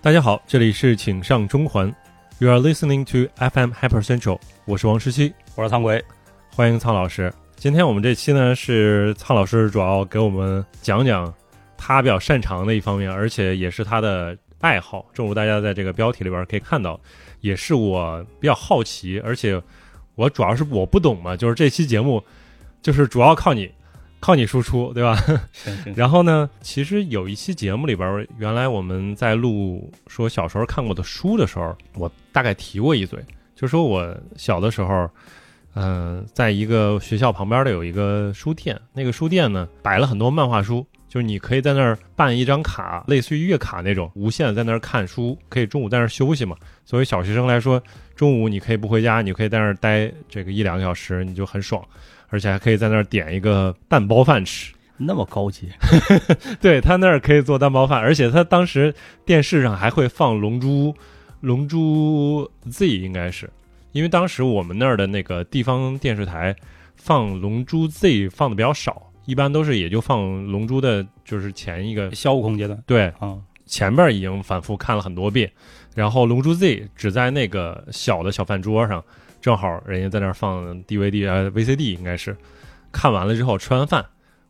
大家好，这里是请上中环，You are listening to FM Hyper Central，我是王石溪，我是苍鬼，欢迎苍老师。今天我们这期呢是苍老师主要给我们讲讲他比较擅长的一方面，而且也是他的爱好。正如大家在这个标题里边可以看到，也是我比较好奇，而且我主要是我不懂嘛，就是这期节目就是主要靠你，靠你输出，对吧？行 行，然后呢，其实有一期节目里边儿，原来我们在录说小时候看过的书的时候，我大概提过一嘴，就说我小的时候，嗯、在一个学校旁边的有一个书店，那个书店呢摆了很多漫画书，就是你可以在那儿办一张卡，类似于月卡那种，无限地在那儿看书，可以中午在那儿休息嘛。作为小学生来说，中午你可以不回家，你可以在那儿待这个一两个小时，你就很爽，而且还可以在那儿点一个蛋包饭吃。那么高级，对他那儿可以做蛋包饭，而且他当时电视上还会放《龙珠》，《龙珠 Z》应该是，因为当时我们那儿的那个地方电视台放《龙珠 Z》放的比较少，一般都是也就放《龙珠》的，就是前一个小悟空阶段对啊，前边已经反复看了很多遍，然后《龙珠 Z》只在那个小的小饭桌上，正好人家在那儿放 DVD 啊 VCD 应该是，看完了之后吃完饭，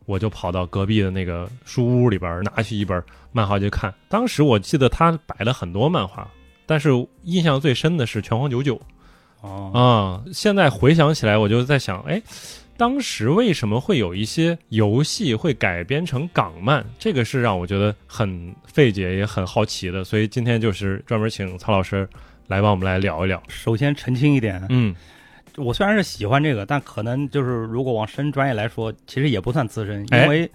我就跑到隔壁的那个书屋里边儿拿起一本漫画就看。当时我记得他摆了很多漫画，但是印象最深的是《拳皇九九》。啊，啊、现在回想起来，我就在想，哎，当时为什么会有一些游戏会改编成港漫？这个是让我觉得很费解，也很好奇的。所以今天就是专门请曹老师来帮我们来聊一聊。首先澄清一点，嗯我虽然是喜欢这个，但可能就是如果往深专业来说，其实也不算资深，哎因为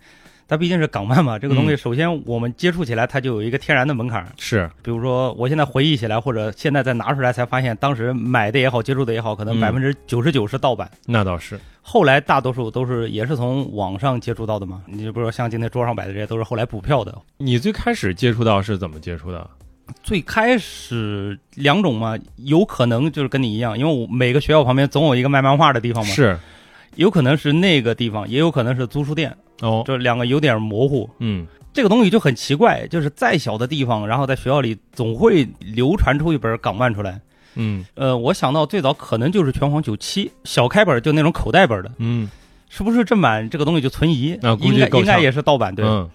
它毕竟是港漫嘛，这个东西嗯首先我们接触起来它就有一个天然的门槛儿，是，比如说我现在回忆起来，或者现在再拿出来才发现，当时买的也好，接触的也好，可能嗯百分之九十九是盗版。那倒是，后来大多数都是也是从网上接触到的嘛，你就比如说像今天桌上摆的这些都是后来补票的，你最开始接触到是怎么接触的？最开始两种嘛，有可能就是跟你一样，因为我每个学校旁边总有一个卖漫画的地方嘛，是有可能是那个地方，也有可能是租书店，哦，这两个有点模糊。嗯这个东西就很奇怪，就是再小的地方，然后在学校里总会流传出一本港漫出来。嗯呃，我想到最早可能就是《拳皇九七》小开本，就那种口袋本的，嗯是不是正版？这个东西就存疑，啊估计应该够呛应该也是盗版。对，嗯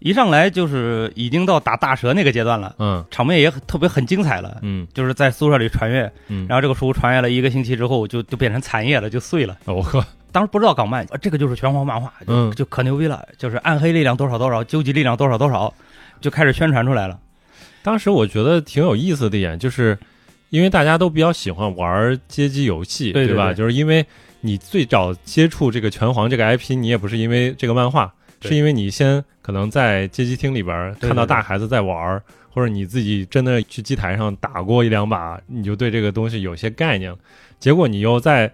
一上来就是已经到打大蛇那个阶段了，嗯场面也很特别很精彩了。嗯就是在宿舍里传阅，嗯，然后这个书传阅了一个星期之后，就就变成残页了，就碎了。哦后我呵，当时不知道港漫，呃这个就是拳皇漫画，就、嗯就可牛逼了，就是暗黑力量多少多少，究极力量多少多少，就开始宣传出来了。当时我觉得挺有意思的一点，就是因为大家都比较喜欢玩街机游戏，对对吧？对就是因为你最早接触这个拳皇这个 IP，你也不是因为这个漫画，对是因为你先可能在街机厅里边儿对对看到大孩子在玩儿，或者你自己真的去机台上打过一两把，你就对这个东西有些概念了。结果你又在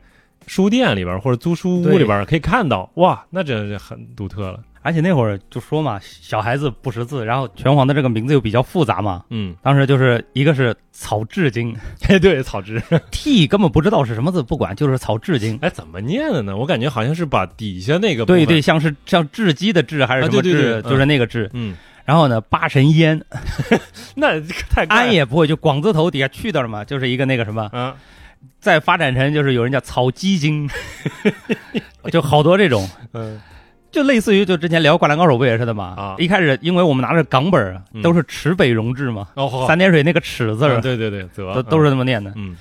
书店里边儿或者租书屋里边儿可以看到，哇，那真是很独特了。而且那会儿就说嘛，小孩子不识字，然后拳皇的这个名字又比较复杂嘛。嗯，当时就是一个是草雉经 对，草纸， ，T 根本不知道是什么字，不管就是草雉经。 哎，怎么念的呢？我感觉好像是把底下那个部对分对，像是像雉鸡的雉还是啊什么雉，对对对就是那个雉。嗯，然后呢，八神 烟，那这个太怪安也不会，就广字头底下去掉了嘛，就是一个那个什么，啊，再发展成就是有人叫草 鸡精，就好多这种，嗯就类似于就之前聊《灌篮高手》不也是的嘛？啊一开始因为我们拿着港本儿嗯都是池北荣治嘛，哦，好三点水那个尺字儿嗯对对对，泽都都是，这么念的。嗯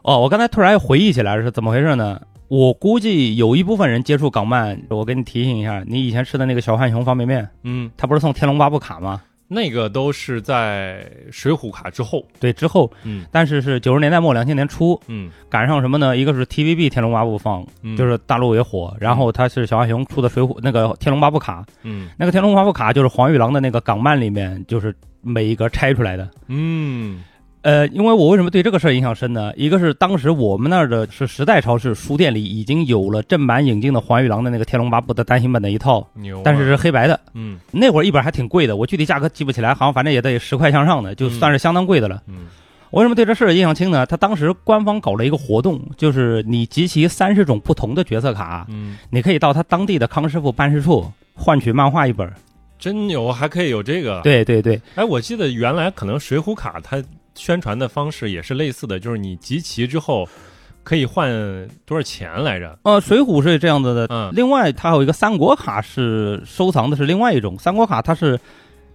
哦，我刚才突然回忆起来是怎么回事呢？我估计有一部分人接触港漫，我给你提醒一下，你以前吃的那个小浣熊方便面，嗯，它不是送《天龙八部》卡吗？那个都是在《水浒卡》之后，对，之后，嗯但是是九十年代末两千年初，嗯赶上什么呢？一个是 TVB《天龙八部》放，嗯，就是大陆也火，然后它是小浣熊出的《水浒》那个《天龙八部》卡，嗯那个《天龙八部》卡就是黄玉郎的那个港漫里面，就是每一格拆出来的。嗯呃，因为我为什么对这个事儿印象深呢？一个是当时我们那儿的是时代超市书店里已经有了正版引进的黄玉郎的那个《天龙八部》的单行本的一套，牛啊，但是是黑白的。嗯那会儿一本还挺贵的，我具体价格记不起来，好像反正也得十块向上的，就算是相当贵的了。嗯我为什么对这事儿印象深呢？他当时官方搞了一个活动，就是你集齐三十种不同的角色卡，嗯，你可以到他当地的康师傅办事处换取漫画一本儿。真牛，还可以有这个。，对对对，哎，我记得原来可能水浒卡它宣传的方式也是类似的，就是你集齐之后可以换多少钱来着？呃，水浒是这样子的。嗯另外，它还有一个三国卡是收藏的是另外一种三国卡，它是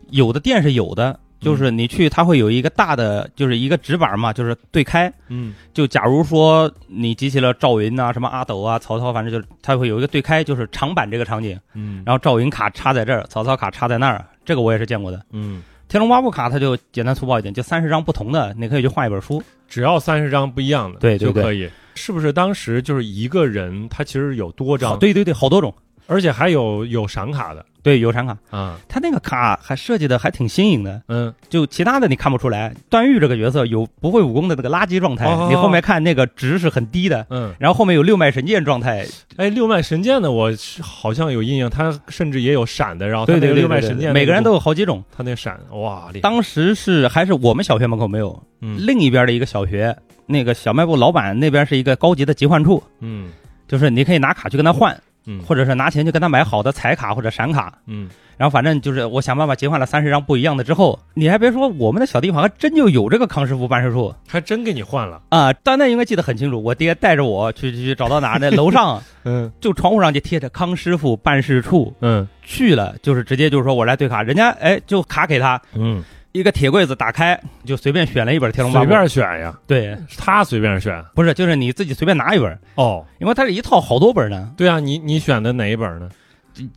有的店是有的，就是你去它会有一个大的，就是一个纸板嘛，就是对开。嗯就假如说你集齐了赵云啊、什么阿斗啊、曹操，反正就是它会有一个对开，就是长板这个场景。嗯，然后赵云卡插在这儿，曹操卡插在那儿，这个我也是见过的。嗯，天龙八部卡它就简单粗暴一点，就三十张不同的，你可以去换一本书。只要三十张不一样的，对对就对可以。是不是当时就是一个人他其实有多张，，啊对对对，好多种。而且还有有闪卡的对，有闪卡，啊，它那个卡还设计的还挺新颖的。嗯，就其他的你看不出来，段誉这个角色有不会武功的那个垃圾状态，哦你后面看那个值是很低的，嗯，然后后面有六脉神剑状态，哎，六脉神剑呢，我是好像有印象，它甚至也有闪的，然后哦它对那对个对六对脉对神剑，每个人都有好几种。它那闪，哇，厉害！当时是还是我们小学门口没有，嗯另一边的一个小学，那个小卖部老板那边是一个高级的集换处，嗯就是你可以拿卡去跟他换，嗯或者是拿钱去跟他买好的彩卡或者闪卡。嗯，然后反正就是我想办法集换了三十张不一样的之后，你还别说，我们的小地方还真就有这个康师傅办事处。还真给你换了，啊，丹丹应该记得很清楚，我爹带着我去去去找到哪儿那 楼上嗯就窗户上就贴着康师傅办事处，嗯去了就是直接就是说我来对卡，人家哎就卡给他嗯，一个铁柜子打开就随便选了一本《天龙八随部》，便选呀，对，他随便选不是就是你自己随便拿一本，哦，因为它是一套好多本呢，对啊，你你选的哪一本呢？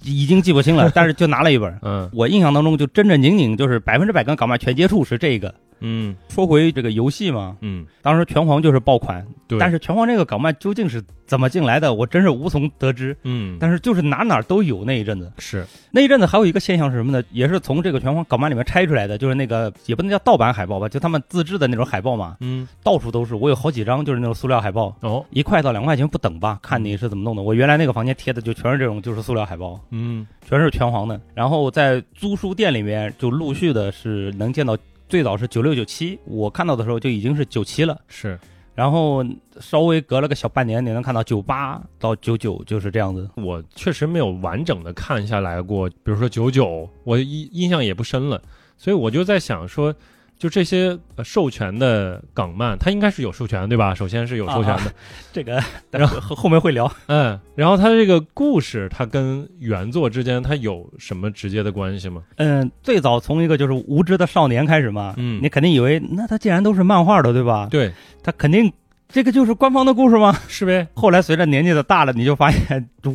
已已经记不 清了，但是就拿了一本。嗯我印象当中就正正经经就是百分之百跟港漫全接触是这个。嗯说回这个游戏嘛，嗯，当时拳皇就是爆款，对，但是拳皇这个港漫究竟是怎么进来的，我真是无从得知。嗯，但是就是哪哪都有那一阵子，是那一阵子还有一个现象是什么呢？也是从这个拳皇港漫里面拆出来的，就是那个也不能叫盗版海报吧，就他们自制的那种海报嘛，嗯到处都是。我有好几张就是那种塑料海报，哦一块到两块钱不等吧，看你是怎么弄的。我原来那个房间贴的就全是这种，就是塑料海报，嗯全是拳皇的。然后在租书店里面就陆续的是能见到，最早是九六九七，我看到的时候就已经是九七了。是然后稍微隔了个小半年，你能看到九八到九九就是这样子。我确实没有完整的看下来过，比如说九九，我印印象也不深了，所以我就在想说，就这些呃授权的港漫，它应该是有授权对吧？首先是有授权啊的，这 个，然后后面会聊。嗯，然后它这个故事，它跟原作之间它有什么直接的关系吗？嗯，最早从一个就是无知的少年开始嘛，嗯你肯定以为那他既然都是漫画的，对吧？对，他肯定这个就是官方的故事吗？ 是呗，后来随着年纪的大了，你就发现 就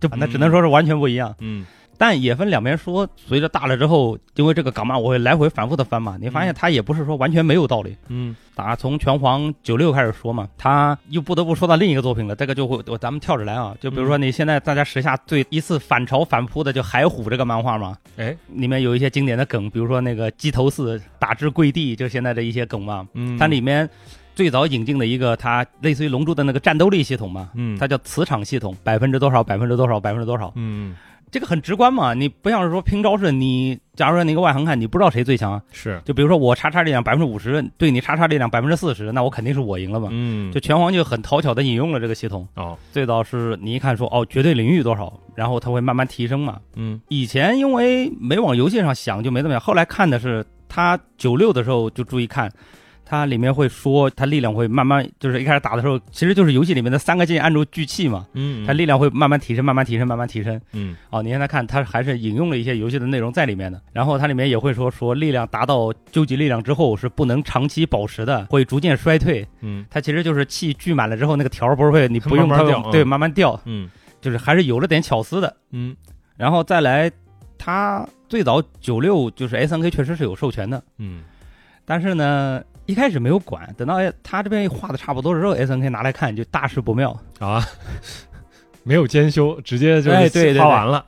就那只能说是完全不一样。嗯但也分两边说，随着大了之后，因为这个港漫我会来回反复的翻嘛，你发现它也不是说完全没有道理。嗯打从拳皇九六开始说嘛，他又不得不说到另一个作品了，这个就会我咱们跳着来啊，就比如说你现在大家时下最一次反潮反扑的就海虎这个漫画嘛，哎，里面有一些经典的梗，比如说那个鸡头四打至跪地，就现在的一些梗嘛。嗯，它里面最早引进的一个，它类似于龙珠的那个战斗力系统嘛，嗯它叫磁场系统，百分之多少，百分之多少，百分之多少，嗯这个很直观嘛。你不像是说拼招式，你假如说你一个外行看，你不知道谁最强，啊是就比如说我叉叉力量百分之五十，对你叉叉力量百分之四十，那我肯定是我赢了嘛。嗯就拳皇就很讨巧的引用了这个系统，哦最早是你一看说哦绝对领域多少，然后它会慢慢提升嘛。嗯以前因为没往游戏上想，就没怎么想。后来看的是他九六的时候就注意看，它里面会说它力量会慢慢，就是一开始打的时候，其实就是游戏里面的三个键按住聚气嘛，嗯它力量会慢慢提升，慢慢提升，慢慢提升。嗯哦，你现在看它还是引用了一些游戏的内容在里面的。然后它里面也会说说力量达到究极力量之后是不能长期保持的，会逐渐衰退。嗯它其实就是气聚满了之后，那个条儿不是会你不用慢慢它掉对嗯慢慢掉，嗯就是还是有了点巧思的。嗯然后再来，它最早九六就是 S N K 确实是有授权的，嗯但是呢一开始没有管，等到哎他这边一画的差不多之后，S N K 拿来看就大事不妙，啊， 没有兼修，直接就哎对对是对花完了。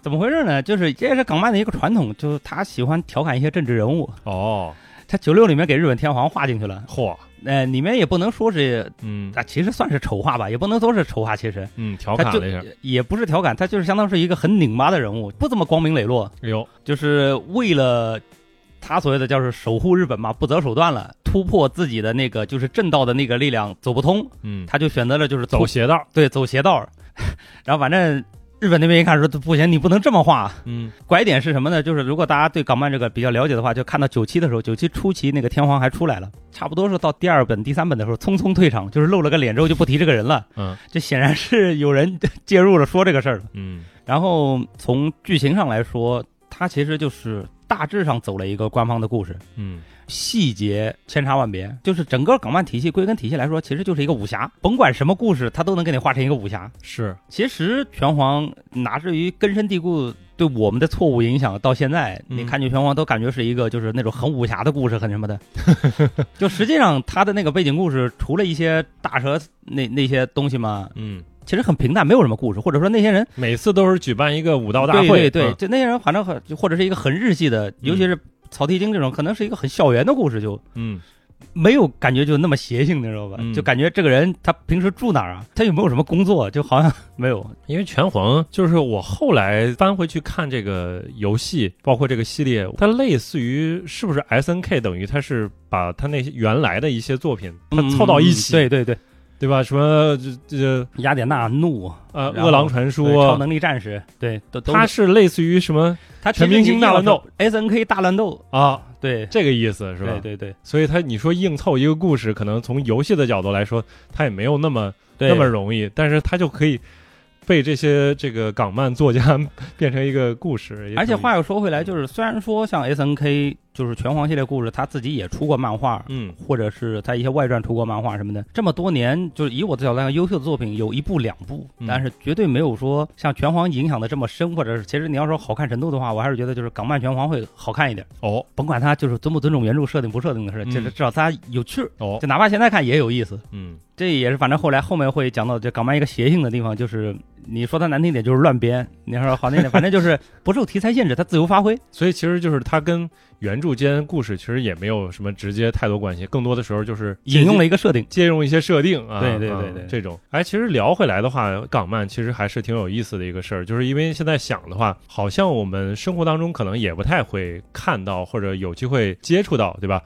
怎么回事呢？就是这也是港漫的一个传统，就是他喜欢调侃一些政治人物，哦，他九六里面给日本天皇画进去了，嚯，呃，里面也不能说是。嗯啊，其实算是丑化吧，也不能说是丑化，其实嗯，调他侃就了一下，也不是调侃，他就是相当是一个很拧巴的人物，不怎么光明磊落，哎呦，就是为了他所谓的叫是守护日本嘛，不择手段了，突破自己的那个就是正道的那个力量走不通，嗯，他就选择了就是走走邪道， 对走邪道儿，然后反正日本那边一看说不行，你不能这么画。嗯拐点是什么呢？就是如果大家对港漫这个比较了解的话，就看到九七的时候，九七初期那个天皇还出来了，差不多是到第二本、第三本的时候，匆匆退场，就是露了个脸之后就不提这个人了。嗯这显然是有人介入了说这个事儿了。嗯然后从剧情上来说，它其实就是大致上走了一个官方的故事，嗯细节千差万别。就是整个港漫体系归根体系来说，其实就是一个武侠，甭管什么故事，它都能给你画成一个武侠。是其实拳皇哪至于根深蒂固对我们的错误影响到现在，嗯你看见拳皇都感觉是一个就是那种很武侠的故事，很什 么的。就实际上他的那个背景故事，除了一些大蛇那那些东西嘛，嗯，其实很平淡，没有什么故事，或者说那些人每次都是举办一个武道大会，对对对，嗯嗯就那些人反正很就或者是一个很日系的，尤其是草剃精这种，可能是一个很校园的故事，就嗯没有感觉就那么邪性，你知道吧？嗯就感觉这个人他平时住哪儿啊？他有没有什么工作？就好像没 有，因为拳皇就是我后来翻回去看这个游戏，包括这个系列，它类似于是不是 S N K 等于它是把它那些原来的一些作品，它凑到一起，嗯对对对，对吧？什么这这雅典娜怒，呃然后饿狼传对超说，能力战士，对，都都它是类似于什么他全明星大乱斗，S N K 大乱斗，啊？对，这个意思是吧？对对对所以它你说硬凑一个故事，可能从游戏的角度来说，它也没有那么对，那么容易，但是它就可以被这些这个港漫作家 变成一个故事。也而且挺话又说回嗯来，就是虽然说像 S N K 就是拳皇系列故事，他自己也出过漫画。嗯或者是他一些外传出过漫画什么的，这么多年，就是以我的角度来看，优秀的作品有一部两部嗯，但是绝对没有说像拳皇影响的这么深，或者是其实你要说好看程度的话，我还是觉得就是港漫拳皇会好看一点，哦甭管它就是尊不尊重原著设定不设定的事，嗯就是至少它有趣儿，哦就哪怕现在看也有意思。嗯这也是反正后来后面会讲到，就港漫一个邪性的地方，就是你说它难听点就是乱编，你说好听点，反正就是不受题材限制，它自由发挥。所以其实就是它跟原著间故事其实也没有什么直接太多关系，更多的时候就是引用了借一个设定，借用一些设定啊，对对啊对对这种。哎，其实聊回来的话，港漫其实还是挺有意思的一个事儿，就是因为现在想的话，好像我们生活当中可能也不太会看到或者有机会接触到，对吧？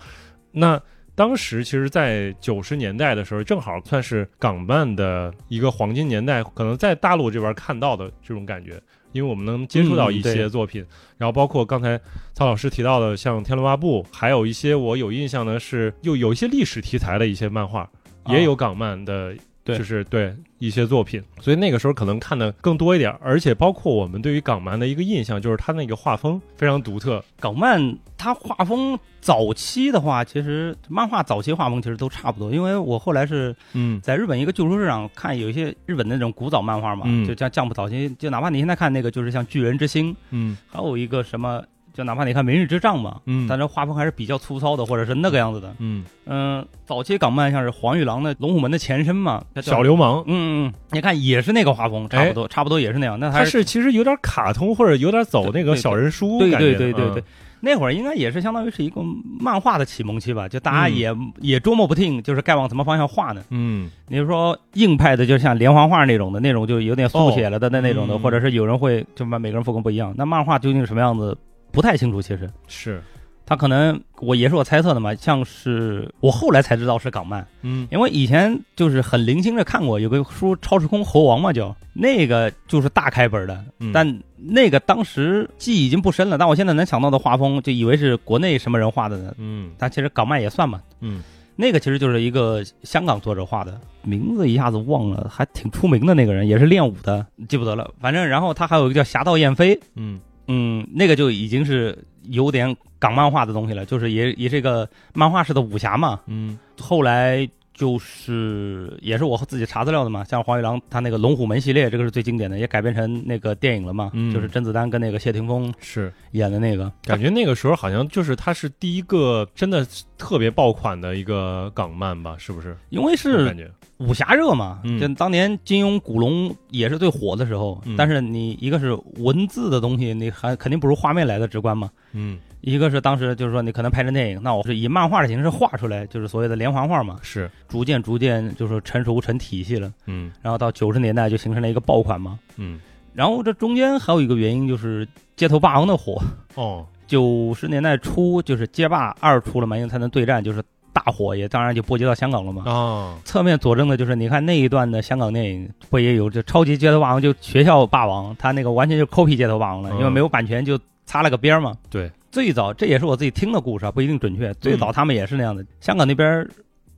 那当时其实，在九十年代的时候，正好算是港漫的一个黄金年代，可能在大陆这边看到的这种感觉，因为我们能接触到一嗯对些作品，然后包括刚才曹老师提到的，像《天龙八部》，还有一些我有印象的是，又有一些历史题材的一些漫画，啊也有港漫的。对就是对一些作品，所以那个时候可能看的更多一点，而且包括我们对于港漫的一个印象，就是它那个画风非常独特，港漫它画风早期的话，其实漫画早期画风其实都差不多，因为我后来是嗯在日本一个旧书市场看有一些日本的那种古早漫画嘛，嗯就像降部早期，就哪怕你现在看那个就是像巨人之星，嗯还有一个什么，就哪怕你看明日之杖嘛，嗯但是画风还是比较粗糙的，或者是那个样子的。嗯，嗯，早期港漫像是黄玉郎的《龙虎门》的前身嘛，它叫小流氓，嗯嗯，嗯，你看也是那个画风，差不多，差不多也是那样。那还它是其实有点卡通或者有点走那对个对小人书对感对觉，对对嗯对，，那会儿应该也是相当于是一个漫画的启蒙期吧，就大嗯家也、也捉摸不定，就是该往什么方向画呢？嗯你说硬派的，就像连环画那种的，那种就有点速写了的那那种的，嗯或者是有人会就把每个人风格不一样。那漫画究竟是什么样子，不太清楚，其实。是，他可能我也是我猜测的嘛，像是我后来才知道是港漫，嗯因为以前就是很零星的看过有个书《超时空猴王》嘛，叫那个就是大开本的，嗯但那个当时记忆已经不深了，但我现在能想到的画风就以为是国内什么人画的呢，嗯但其实港漫也算嘛，嗯那个其实就是一个香港作者画的，名字一下子忘了，还挺出名的那个人也是练武的，记不得了，反正然后他还有一个叫《侠盗燕飞》，嗯嗯，那个就已经是有点港漫画的东西了，就是也也是一个漫画式的武侠嘛。嗯后来就是也是我自己查资料的嘛，像黄玉郎他那个《龙虎门》系列，这个是最经典的，也改编成那个电影了嘛，嗯就是甄子丹跟那个谢霆锋是，演的那个。感觉那个时候好像就是它是第一个真的特别爆款的一个港漫吧，是不是？因为我是感觉，武侠热嘛，嗯就当年金庸、古龙也是最火的时候。嗯但是你一个是文字的东西，你还肯定不如画面来的直观嘛。嗯一个是当时就是说你可能拍成电影，那我是以漫画的形式画出来，就是所谓的连环画嘛。是，逐渐逐渐就是成熟成体系了，嗯然后到九十年代就形成了一个爆款嘛。嗯然后这中间还有一个原因就是街头霸王的火，哦九十年代初就是街霸二出了嘛，因为才能对战，就是大火，也当然就波及到香港了嘛。啊，侧面佐证的就是，你看那一段的香港电影不也有这超级街头霸王，就学校霸王，他那个完全就 copy 街头霸王了，嗯因为没有版权就擦了个边儿嘛。对，嗯最早这也是我自己听的故事啊，不一定准确。最早他们也是那样的，香港那边儿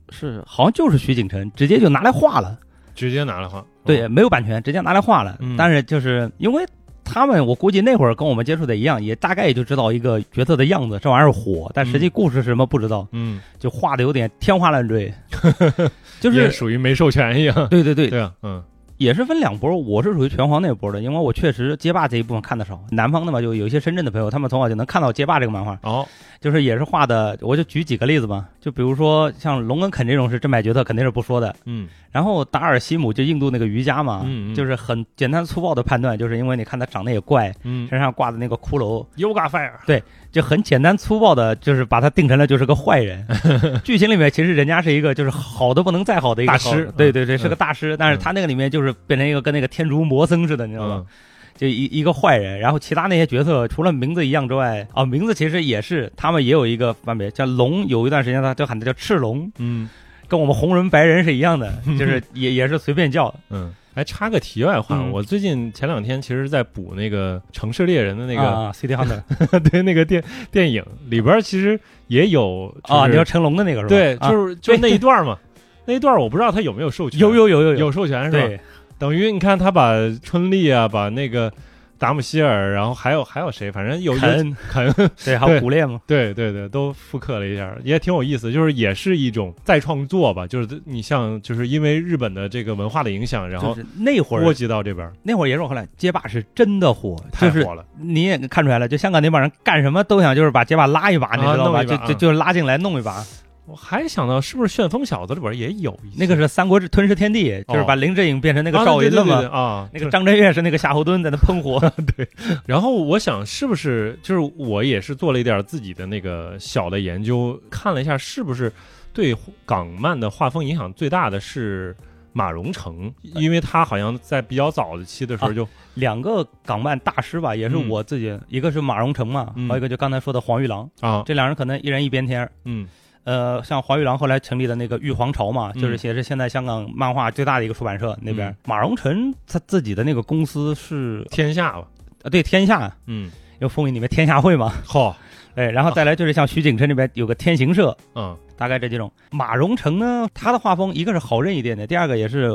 是好像就是徐景辰直接就拿来画了，直接拿了哦画，对，没有版权，直接拿来画了。嗯但是就是因为他们，我估计那会儿跟我们接触的一样，也大概也就知道一个角色的样子，这玩意儿火，但实际故事是什么不知道，嗯，就画的有点天花乱坠，就也是属于没授权一样，对对对，对啊，嗯也是分两波，我是属于拳皇那波的，因为我确实街霸这一部分看的少，南方的嘛，就有一些深圳的朋友，他们从小就能看到街霸这个漫画，哦，就是也是画的，我就举几个例子吧，就比如说像龙跟肯这种是正版角色肯定是不说的，嗯然后达尔西姆就印度那个瑜伽嘛，嗯嗯就是很简单粗暴的判断，就是因为你看他长得也怪，嗯身上挂的那个骷髅， ，Yoga Fire，就很简单粗暴的，就是把他定成了就是个坏 人。剧情里面其实人家是一个就是好的不能再好的一个大好师对对对，嗯是个大师，但是他那个里面就是变成一个跟那个天竺魔僧似的，你知道吗？嗯就一一个坏人，然后其他那些角色除了名字一样之外，啊，名字其实也是他们也有一个分别，叫龙，有一段时间他就喊他叫赤龙，嗯跟我们红人白人是一样的，就是也也是随便 叫，嗯，来插个题外话，嗯我最近前两天其实在补那个《城市猎人》的那个啊，City Hunter 对那个电电影里边，其实也有啊，你就说是成龙的那个是吧？对，啊就是就是那一段嘛，那一段我不知道他有没有授权，有有有有有授权是吧？对，等于你看他把春丽啊，把那个达姆希尔，然后还有还有谁，反正有有 肯肯，对，还有古烈嘛，对对对，都复刻了一下，也挺有意思，就是也是一种再创作吧，就是你像就是因为日本的这个文化的影响， 然后就是那会儿波及到这边，那会儿也是我后来街霸是真的火，太就是火了，你也看出来了，就香港那帮人干什么都想就是把街霸拉一把，你知弄道吧？一把就啊就就拉进来弄一把。我还想到是不是《旋风小子》里边也有一些那个是《三国志吞噬天地》，就是把林志颖变成那个赵赵云云了嘛。啊，那个张震岳是那个夏侯惇在那喷 火，然后我想，是不是就是我也是做了一点自己的那个小的研究，看了一下，是不是对港漫的画风影响最大的是马荣成，因为他好像在比较早的期的时啊候就、两个港漫大师吧，也是嗯我自己，一个是马荣成嘛，嗯还有一个就刚才说的黄玉郎，啊，这两人可能一人一边天儿。嗯呃，像黄玉郎后来成立的那个玉皇朝嘛，嗯就是也是现在香港漫画最大的一个出版社。那边、嗯马荣成他自己的那个公司是天下吧，啊，对天下，嗯，有风云里面天下会嘛， 好，哎，然后再来就是像徐景琛那边有个天行社，嗯大概这几种。马荣成呢，他的画风一个是好认一点点，第二个也是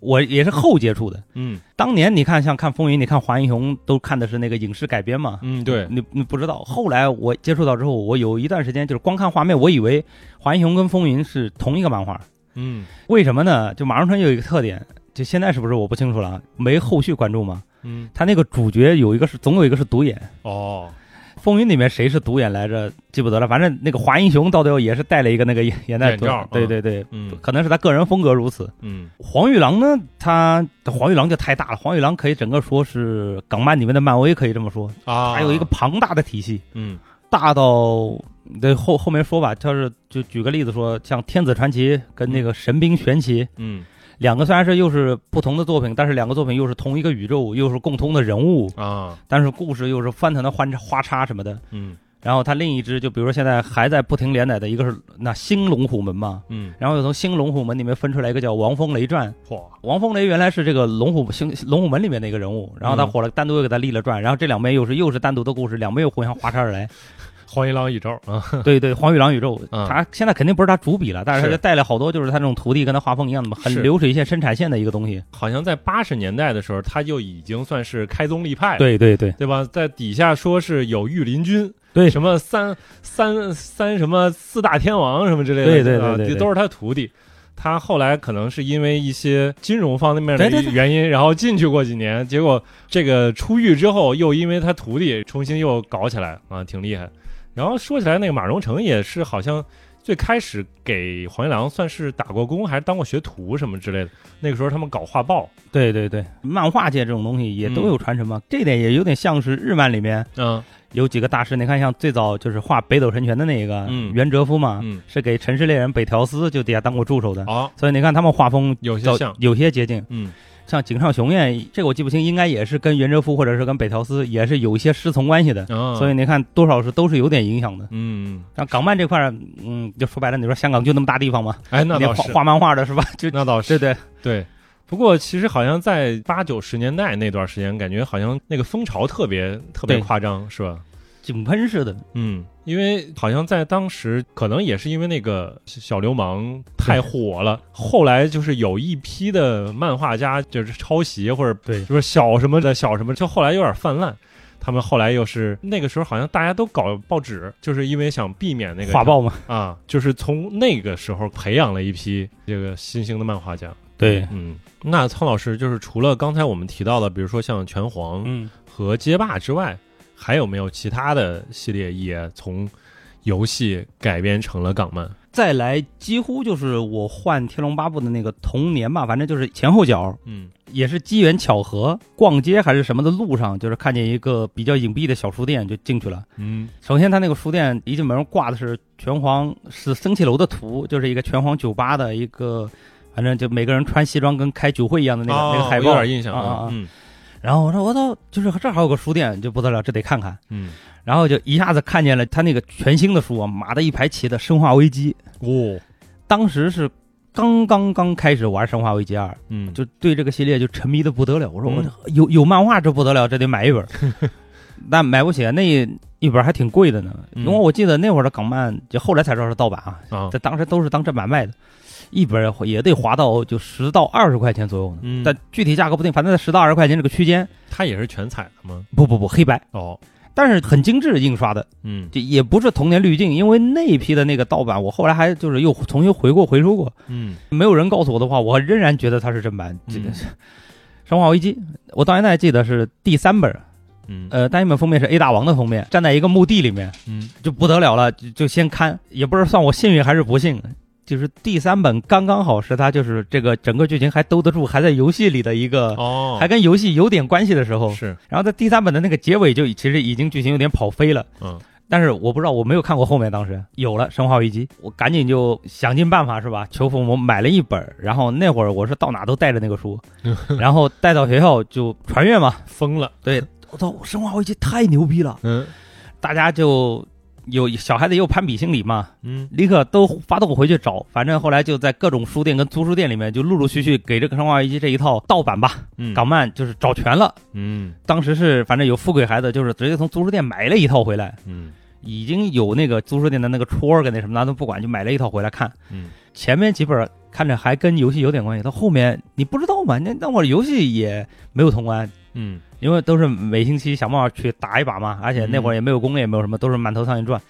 我也是后接触的。嗯当年你看像看风云，你看华英雄都看的是那个影视改编嘛，嗯，对，你你不知道。后来我接触到之后，我有一段时间就是光看画面，我以为华英雄跟风云是同一个漫画，嗯为什么呢？就马荣成有一个特点，就现在是不是我不清楚了啊，没后续关注嘛。嗯，他那个主角有一个是总有一个是独眼。哦，风云里面谁是独眼来着？记不得了，反正那个华英雄到最后也是戴了一个那个眼眼袋眼罩嗯对对对，嗯可能是他个人风格如此。嗯黄玉郎呢，他黄玉郎就太大了，黄玉郎可以整个说是港漫里面的漫威，可以这么说，啊，他有一个庞大的体系，嗯大到对后后面说吧，就是就举个例子说，像《天子传奇》跟那个《神兵玄奇》嗯两个虽然是又是不同的作品，但是两个作品又是同一个宇宙，又是共通的人物，啊但是故事又是翻腾的换花叉什么的。嗯然后它另一只就比如说现在还在不停连载的一个是那新龙虎门嘛，嗯，然后又从新龙虎门里面分出来一个叫王风雷传，嚯，王风雷原来是这个龙虎星龙虎门里面的一个人物，然后他嗯火了，单独又给他立了传，然后这两边又是又是单独的故事，两边又互相划叉而 来。黄一狼一招啊，对对，黄玉郎宇宙，嗯他现在肯定不是他主笔了，但是他是就带了好多就是他这种徒弟跟他画风一样的嘛，是很流水线生产线的一个东西。好像在八十年代的时候，他就已经算是开宗立派了。对对对对吧？在底下说是有御林军，对什么三三三什么四大天王什么之类的，对对对啊对对这都是他徒弟。他后来可能是因为一些金融方面的对对对原 因，然后进去过几年，结果这个出狱之后，又因为他徒弟重新又搞起来啊，挺厉害。然后说起来，那个马荣成也是好像最开始给黄一郎算是打过工，还是当过学徒什么之类的。那个时候他们搞画报，对对对，漫画界这种东西也都嗯有传承嘛，这点也有点像是日漫里面嗯有几个大师，你看像最早就是画北斗神拳的那个嗯袁哲夫嘛，嗯，是给《城市猎人》北条司就底下当过助手的，好、所以你看他们画风有些早像，有些接近。嗯像井上雄彦，这个我记不清，应该也是跟袁哲夫或者是跟北条司也是有一些师从关系的，啊，所以你看多少是都是有点影响的。嗯，像港漫这块儿，嗯，就说白了，你说香港就那么大地方嘛，哎，那连倒画是，画漫画的是吧？就那倒是，对对，对。不过其实好像在八九十年代那段时间，感觉好像那个风潮特别特别对夸张，是吧？井喷似的，嗯，因为好像在当时，可能也是因为那个小流氓太火了，后来就是有一批的漫画家就是抄袭或者对就是小什么的小什么，就后来有点泛滥。他们后来又是那个时候，好像大家都搞报纸，就是因为想避免那个画报嘛。啊，就是从那个时候培养了一批这个新兴的漫画家。对，嗯，那苍老师就是除了刚才我们提到的，比如说像拳皇，嗯，和街霸之外，还有没有其他的系列也从游戏改编成了港漫？再来几乎就是我换《天龙八部》的那个童年吧，反正就是前后脚嗯也是机缘巧合，逛街还是什么的路上，就是看见一个比较隐蔽的小书店，就进去了。嗯首先，他那个书店一进门挂的是拳皇是升旗楼的图，就是一个拳皇酒吧的一个，反正就每个人穿西装跟开酒会一样的那个、那个海嗯哦报有。点印象啊啊啊嗯然后我说我操，就是这还有个书店，就不得了，这得看看。嗯，然后就一下子看见了他那个全新的书啊，码的一排齐的《生化危机》，哦，当时是刚刚刚开始玩《生化危机二》，嗯，就对这个系列就沉迷的不得了。我说嗯我这有有漫画这不得了，这得买 一本。但买不起，那一本还挺贵的呢。嗯因为我记得那会儿的港漫，就后来才知道是盗版啊，啊，在当时都是当正版卖的，一本也得划到就十到二十块钱左右呢。嗯，但具体价格不定，反正在十到二十块钱这个区间。它也是全彩的吗？不不不，黑白，哦，但是很精致印刷的，嗯就也不是童年滤镜，因为那一批的那个盗版，我后来还就是又重新回过回收过，嗯没有人告诉我的话，我仍然觉得它是正版。这个嗯《生化危机》，我到现在还记得是第三本，嗯呃，单行本封面是 A 大王的封面，站在一个墓地里面，嗯就不得了了，就就先看，也不知道算我幸运还是不幸。就是第三本刚刚好是它，就是这个整个剧情还兜得住，还在游戏里的一个，哦，还跟游戏有点关系的时候。是然后在第三本的那个结尾就其实已经剧情有点跑飞了，嗯但是我不知道，我没有看过后面，当时有了《生化危机》，我赶紧就想尽办法是吧？求父母买了一本儿，然后那会儿我是到哪都带着那个 书，然后带到学校就传阅嘛。疯了，对，我操，《生化危机》太牛逼了，嗯大家就有小孩子也有攀比心理嘛，嗯立刻都发动回去找。反正后来就在各种书店跟租书店里面就陆陆续续给这个《生化危机》这一套盗版吧嗯，港漫就是找全了。嗯当时是反正有富贵孩子，就是直接从租书店买了一套回来。嗯已经有那个租书店的那个戳儿跟那什么，咱都不管，就买了一套回来看。嗯前面几本看着还跟游戏有点关系，到后面你不知道嘛？那那我游戏也没有通关，嗯因为都是每星期想办法去打一把嘛，而且那会儿也没有攻略，也没有什么，都是满头苍蝇转。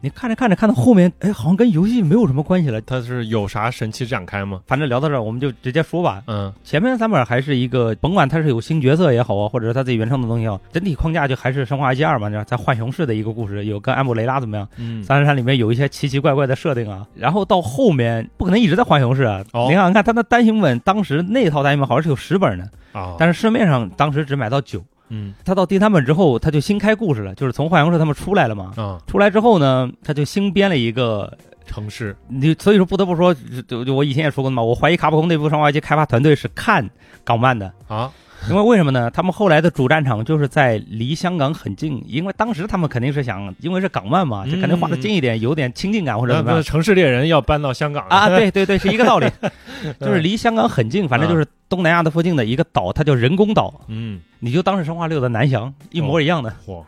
你看着看着看到后面，哎，好像跟游戏没有什么关系了。它是有啥神奇展开吗？反正聊到这儿，我们就直接说吧。嗯前面三本还是一个，甭管它是有新角色也好啊，或者是它自己原创的东西也好，整体框架就还是《生化危机二》嘛，你知道，在浣熊市的一个故事，有跟安布雷拉怎么样？嗯三十三里面有一些奇奇怪怪的设定啊，然后到后面不可能一直在浣熊市啊。哦你想想看，他的单行本当时那套单行本好像是有十本呢，啊，但是市面上当时只买到九。嗯他到第三本之后，他就新开故事了，就是从浣熊市他们出来了嘛。啊，出来之后呢，他就新编了一个，城市你所以说不得不说，就就我以前也说过的嘛，我怀疑卡普空内部生化危机开发团队是看港漫的，啊， 因为为什么呢？他们后来的主战场就是在离香港很近，因为当时他们肯定是想，因为是港漫嘛，就肯定画的近一点，有点亲近感或者那怎么样那。城市猎人要搬到香港了啊，，对对对，嗯 是一个道理，就是离香港很近，反正就是东南亚的附近的一个岛，它叫人工岛， 嗯，你就当是生化六的南翔，一模一样的、嚯，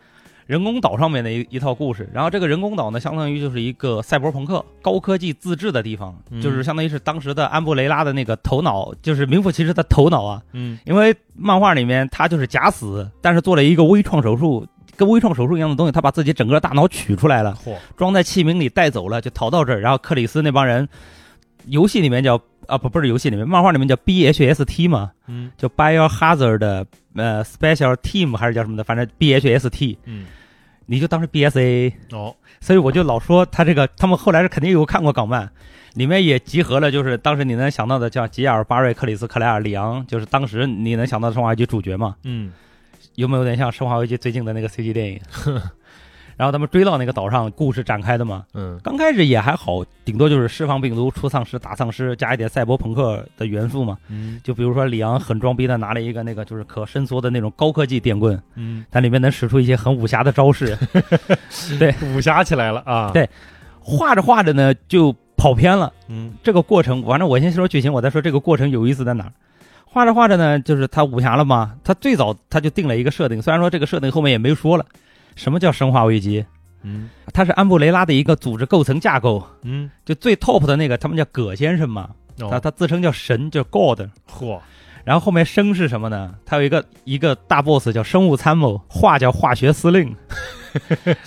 人工岛上面的一一套故事。然后这个人工岛呢，相当于就是一个赛博朋克高科技自制的地方，嗯就是相当于是当时的安布雷拉的那个头脑，就是名副其实的头脑啊。嗯因为漫画里面他就是假死，但是做了一个微创手术。跟微创手术一样的东西，他把自己整个大脑取出来了，嚯，装在器皿里带走了，就逃到这儿。然后克里斯那帮人，游戏里面叫啊不不是游戏里面，漫画里面叫 BHST 嘛，嗯叫 Biohazard 的呃 Special Team 还是叫什么的，反正 BHST，嗯，你就当是 BSA。哦，所以我就老说他这个，他们后来是肯定有看过港漫，里面也集合了，就是当时你能想到的，像吉尔、巴瑞、克里斯、克莱尔、里昂，就是当时你能想到的生化危机主角嘛，嗯有没有点像生化危机最近的那个 CG 电影？ 然后他们追到那个岛上，故事展开的嘛。嗯刚开始也还好，顶多就是释放病毒、出丧尸、打丧尸，加一点赛博朋克的元素嘛。嗯就比如说里昂很装逼的拿了一个那个就是可伸缩的那种高科技电棍，嗯，它里面能使出一些很武侠的招式。武侠起来了啊！对画着画着呢，就跑偏了。嗯这个过程，反正我先说剧情，我再说这个过程有意思在哪儿。画着画着呢，就是他武侠了嘛，他最早他就定了一个设定，虽然说这个设定后面也没说了，什么叫生化危机，嗯它是安布雷拉的一个组织构成架构，嗯，就最 top 的那个，他们叫葛先生嘛，哦他他自称叫神，叫 God，嚯，然后后面生是什么呢？他有一个一个大 boss 叫生物参谋，化叫化学 司令，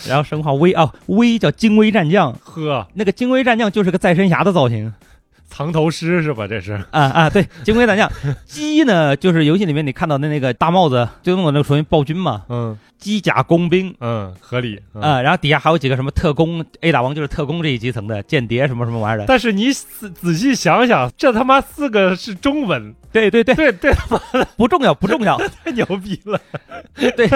然后生化危哦危叫精微战将，呵，那个精微战将就是个再生侠的造型。藏头诗是吧？这是啊啊，对，金龟 大将。鸡呢，就是游戏里面你看到的那个大帽子，最终的那个属于暴君嘛，嗯机甲工兵嗯，合理啊、。然后底下还有几个什么特工，A 打王就是特工这一级层的间谍什么什么玩意儿的。但是你仔仔细想想，这他妈四个是中文，对对对，对对，不重要不重 要，太牛逼了。对，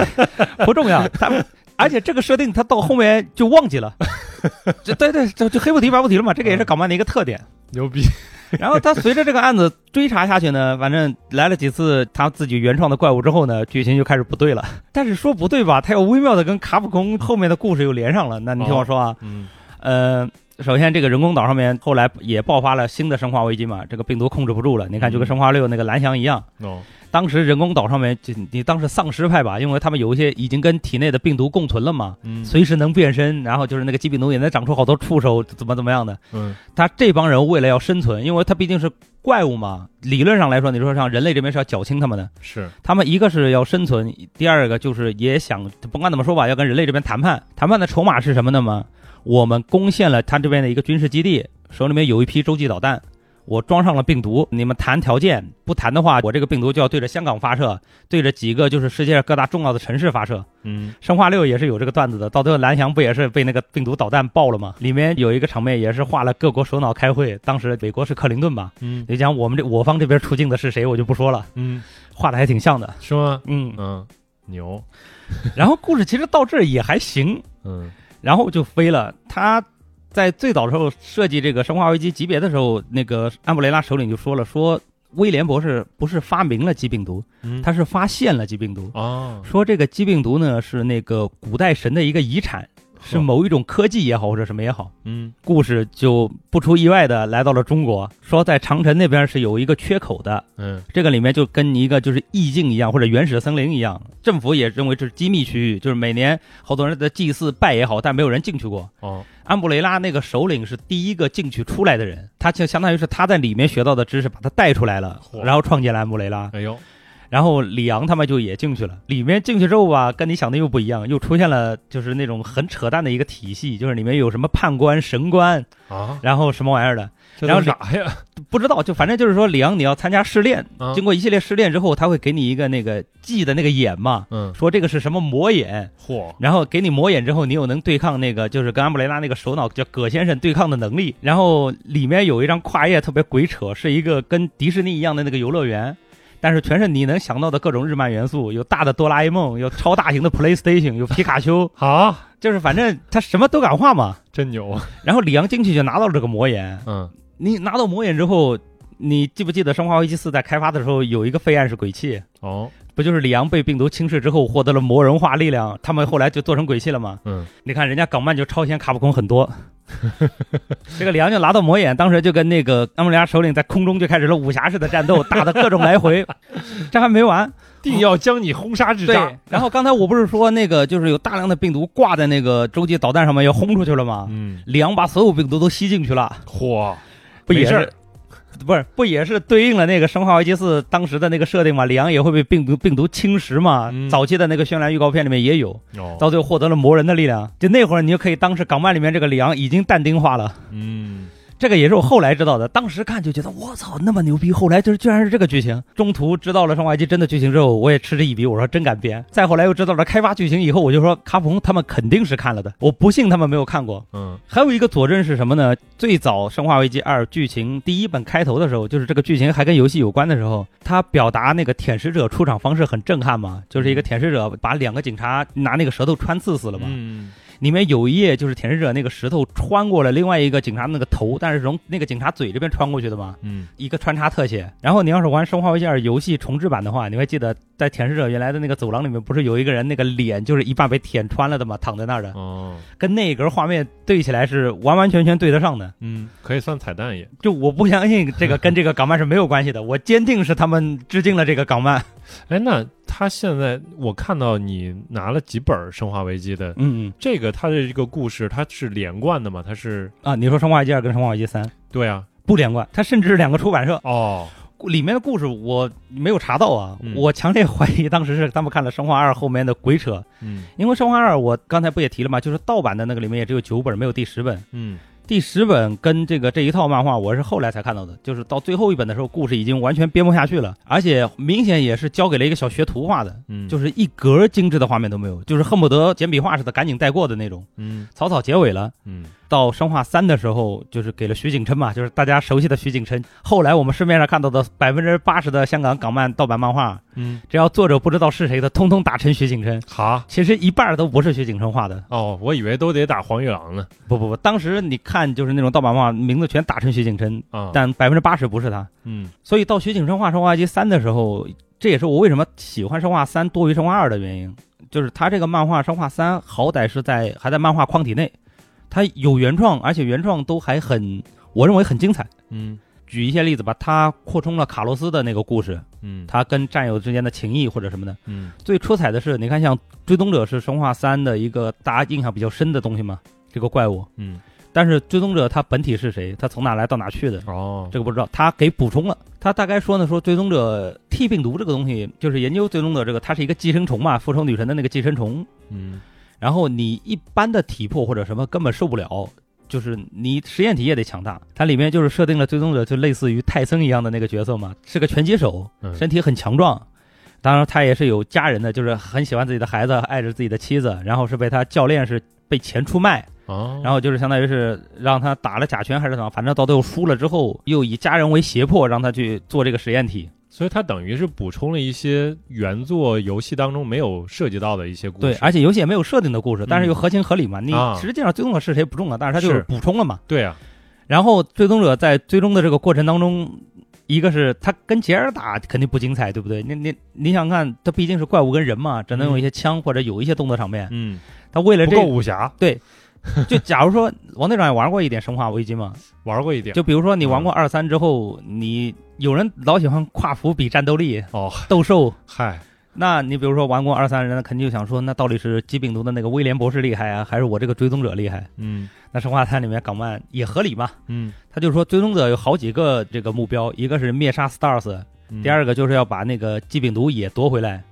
不重要。他们而且这个设定他到后面就忘记了，这对对， 就就黑不提白不提了嘛，这个也是港漫的一个特 点。牛逼，然后他随着这个案子追查下去呢，反正来了几次他自己原创的怪物之后呢，剧情就开始不对了。但是说不对吧，他又微妙的跟卡普空后面的故事又连上了。那你听我说啊，嗯呃，首先这个人工岛上面后来也爆发了新的生化危机嘛，这个病毒控制不住了。你看就跟生化六那个蓝翔一样， ，no，当时人工岛上面就你当时丧尸派吧，因为他们有一些已经跟体内的病毒共存了嘛。嗯随时能变身，然后就是那个疾病毒也能长出好多触手，怎么怎么样的。嗯他这帮人为了要生存，因为他毕竟是怪物嘛，理论上来说，你说像人类这边是要剿清他们的，是，他们一个是要生存，第二个就是也想，甭管怎么说吧，要跟人类这边谈判。谈判的筹码是什么呢嘛？我们攻陷了他这边的一个军事基地，手里面有一批洲际导弹，我装上了病毒，你们谈条件，不谈的话，我这个病毒就要对着香港发射，对着几个就是世界上各大重要的城市发射。嗯生化六也是有这个段子的，到最后蓝翔不也是被那个病毒导弹爆了吗？里面有一个场面也是画了各国首脑开会，当时美国是克林顿吧？嗯你讲我们这我方这边出镜的是谁，我就不说了，嗯，画的还挺像的。是吗？嗯，嗯，牛，然后故事其实到这儿也还行，嗯然后就飞了。他在最早的时候设计这个生化危机级别的时候，那个安布雷拉首领就说了，说威廉博士不是发明了疾病毒，嗯，他是发现了疾病毒。哦，说这个疾病毒呢是那个古代神的一个遗产，是呵？某一种科技也好或者什么也好，嗯故事就不出意外的来到了中国，说在长城那边是有一个缺口的，嗯这个里面就跟一个就是意境一样，或者原始森林一样，政府也认为这是机密区域，就是每年好多人在祭祀拜也好，但没有人进去过。哦，安布雷拉那个首领是第一个进去出来的人，他就相当于是他在里面学到的知识把他带出来了嚯，然后创建了安布雷拉。哎呦，然后里昂他们就也进去了。里面进去之后吧，跟你想的又不一样，又出现了就是那种很扯淡的一个体系，就是里面有什么判官、神官，啊，然后什么玩意儿的，这然都后啥呀？不知道。就反正就是说，里昂你要参加试炼，啊经过一系列试炼之后，他会给你一个那个记的那个眼嘛，嗯，说这个是什么魔眼，嚯，然后给你魔眼之后，你又能对抗那个就是跟安布雷拉那个首脑叫葛先生对抗的能力。然后里面有一张跨页特别鬼扯，是一个跟迪士尼一样的那个游乐园，但是全是你能想到的各种日漫元素，有大的哆啦 A 梦，有超大型的 PlayStation，有皮卡丘， 好，就是反正他什么都敢画嘛。真牛，然后李阳进去就拿到了这个魔眼，嗯你拿到魔眼之后，你记不记得《生化危机四》在开发的时候有一个废暗是鬼泣？哦，不就是李阳被病毒侵蚀之后获得了魔人化力量，他们后来就做成鬼泣了吗？嗯你看人家港漫就超前卡普空 很多。这个里昂就拿到魔眼，当时就跟那个安布雷拉首领在空中就开始了武侠式的战斗，打的各种 来回。这还没完，定要将你轰杀至对渣。。然后刚才我不是说那个就是有大量的病毒挂在那个洲际导弹上面要轰出去了吗？嗯，里昂把所有病毒都吸进去了，嚯，不也没事是儿？不是，不也是对应了那个《生化危机四》当时的那个设定嘛？里昂也会被病毒病毒侵蚀嘛？嗯早期的那个宣传预告片里面也有，哦，到最后获得了魔人的力量。就那会儿，你就可以当时港漫里面这个里昂已经淡定化了。嗯，这个也是我后来知道的，当时看就觉得我操那么牛逼，后来就是居然是这个剧情。中途知道了《生化危机》真的剧情之后，我也嗤之以鼻，我说真敢编。再后来又知道了开发剧情以后，我就说卡普空他们肯定是看了的，我不信他们没有看过。嗯还有一个佐证是什么呢？最早《生化危机二》剧情第一本开头的时候，就是这个剧情还跟游戏有关的时候，他表达那个舔食者出场方式很震撼嘛，就是一个舔食者把两个警察拿那个舌头穿刺死了嘛。嗯，里面有一页就是舔食者那个石头穿过了另外一个警察那个头，但是从那个警察嘴这边穿过去的嘛，嗯一个穿插特写。然后你要是玩《生化危机二》游戏重置版的话，你会记得在舔食者原来的那个走廊里面，不是有一个人那个脸就是一半被舔穿了的嘛，躺在那儿的，哦跟那一格画面对起来是完完全全对得上的。嗯，可以算彩蛋也。就我不相信这个跟这个港漫是没有关系的，我坚定是他们致敬了这个港漫。哎，那他现在我看到你拿了几本《生化危机》的，嗯嗯这个它的这个故事它是连贯的吗？它是啊，你说《生化危机二》跟《生化危机三》对啊，不连贯，它甚至是两个出版社哦，里面的故事我没有查到啊，嗯我强烈怀疑当时是他们看了《生化二》后面的鬼扯，嗯因为《生化二》我刚才不也提了嘛，就是盗版的那个里面也只有九本，没有第十本。嗯第十本跟这个这一套漫画我是后来才看到的，就是到最后一本的时候，故事已经完全编不下去了，而且明显也是交给了一个小学徒画的，嗯，就是是一格精致的画面都没有，就是恨不得简笔画似的赶紧带过的那种，嗯草草结尾了。嗯到生化三的时候，就是给了徐景琛嘛，就是大家熟悉的徐景琛。后来我们市面上看到的百分之八十的香港港漫盗版漫画，嗯，只要作者不知道是谁的，通通打成徐景琛。好其实一半儿都不是徐景琛画的，哦，我以为都得打黄玉郎呢不不不，当时你看就是那种盗版漫画，名字全打成徐景琛，啊，但百分之八十不是他。嗯所以到徐景琛画《生化危机三》的时候，这也是我为什么喜欢《生化三》多于《生化二》的原因，就是他这个漫画《生化三》好歹是在还在漫画框体内，它有原创，而且原创都还很，我认为很精彩。嗯举一些例子吧，它扩充了卡洛斯的那个故事，嗯他跟战友之间的情谊或者什么的。嗯最出彩的是，你看像《追踪者》是《生化三》的一个大家印象比较深的东西嘛，这个怪物。嗯但是《追踪者》它本体是谁，它从哪来到哪去的，哦，这个不知道，他给补充了。他大概说呢，说追踪者 T 病毒这个东西，就是研究追踪者这个，它是一个寄生虫嘛，复仇女神的那个寄生虫。嗯然后你一般的体魄或者什么根本受不了，就是你实验体也得强大。它里面就是设定了追踪者就类似于泰森一样的那个角色嘛，是个拳击手，嗯身体很强壮。当然，他也是有家人的，就是很喜欢自己的孩子，爱着自己的妻子，然后是被他教练是被钱出卖，哦，然后就是相当于是让他打了假拳还是怎么，反正到最后输了之后，又以家人为胁迫让他去做这个实验体。所以它等于是补充了一些原作游戏当中没有涉及到的一些故事。对，而且游戏也没有设定的故事，但是嗯又合情合理嘛。你啊实际上最终的是谁不重要，但是他就是是补充了嘛。对啊，然后最终者在最终的这个过程当中，一个是他跟杰尔打肯定不精彩，对不对？你你你想看，他毕竟是怪物跟人嘛，只能用一些枪或者有一些动作场面。嗯，他为了不这够武侠，就假如说王队长也玩过一点《生化危机》嘛，玩过一点。就比如说你玩嗯过二三之后，你有人老喜欢跨服比战斗力哦，斗兽。嗨，那你比如说玩过二三人，那肯定就想说，那到底是疾病毒的那个威廉博士厉害啊，还是我这个追踪者厉害？嗯那生化三里面港漫也合理嘛？嗯，他就说追踪者有好几个这个目标，一个是灭杀 Stars，嗯第二个就是要把那个疾病毒也夺回来，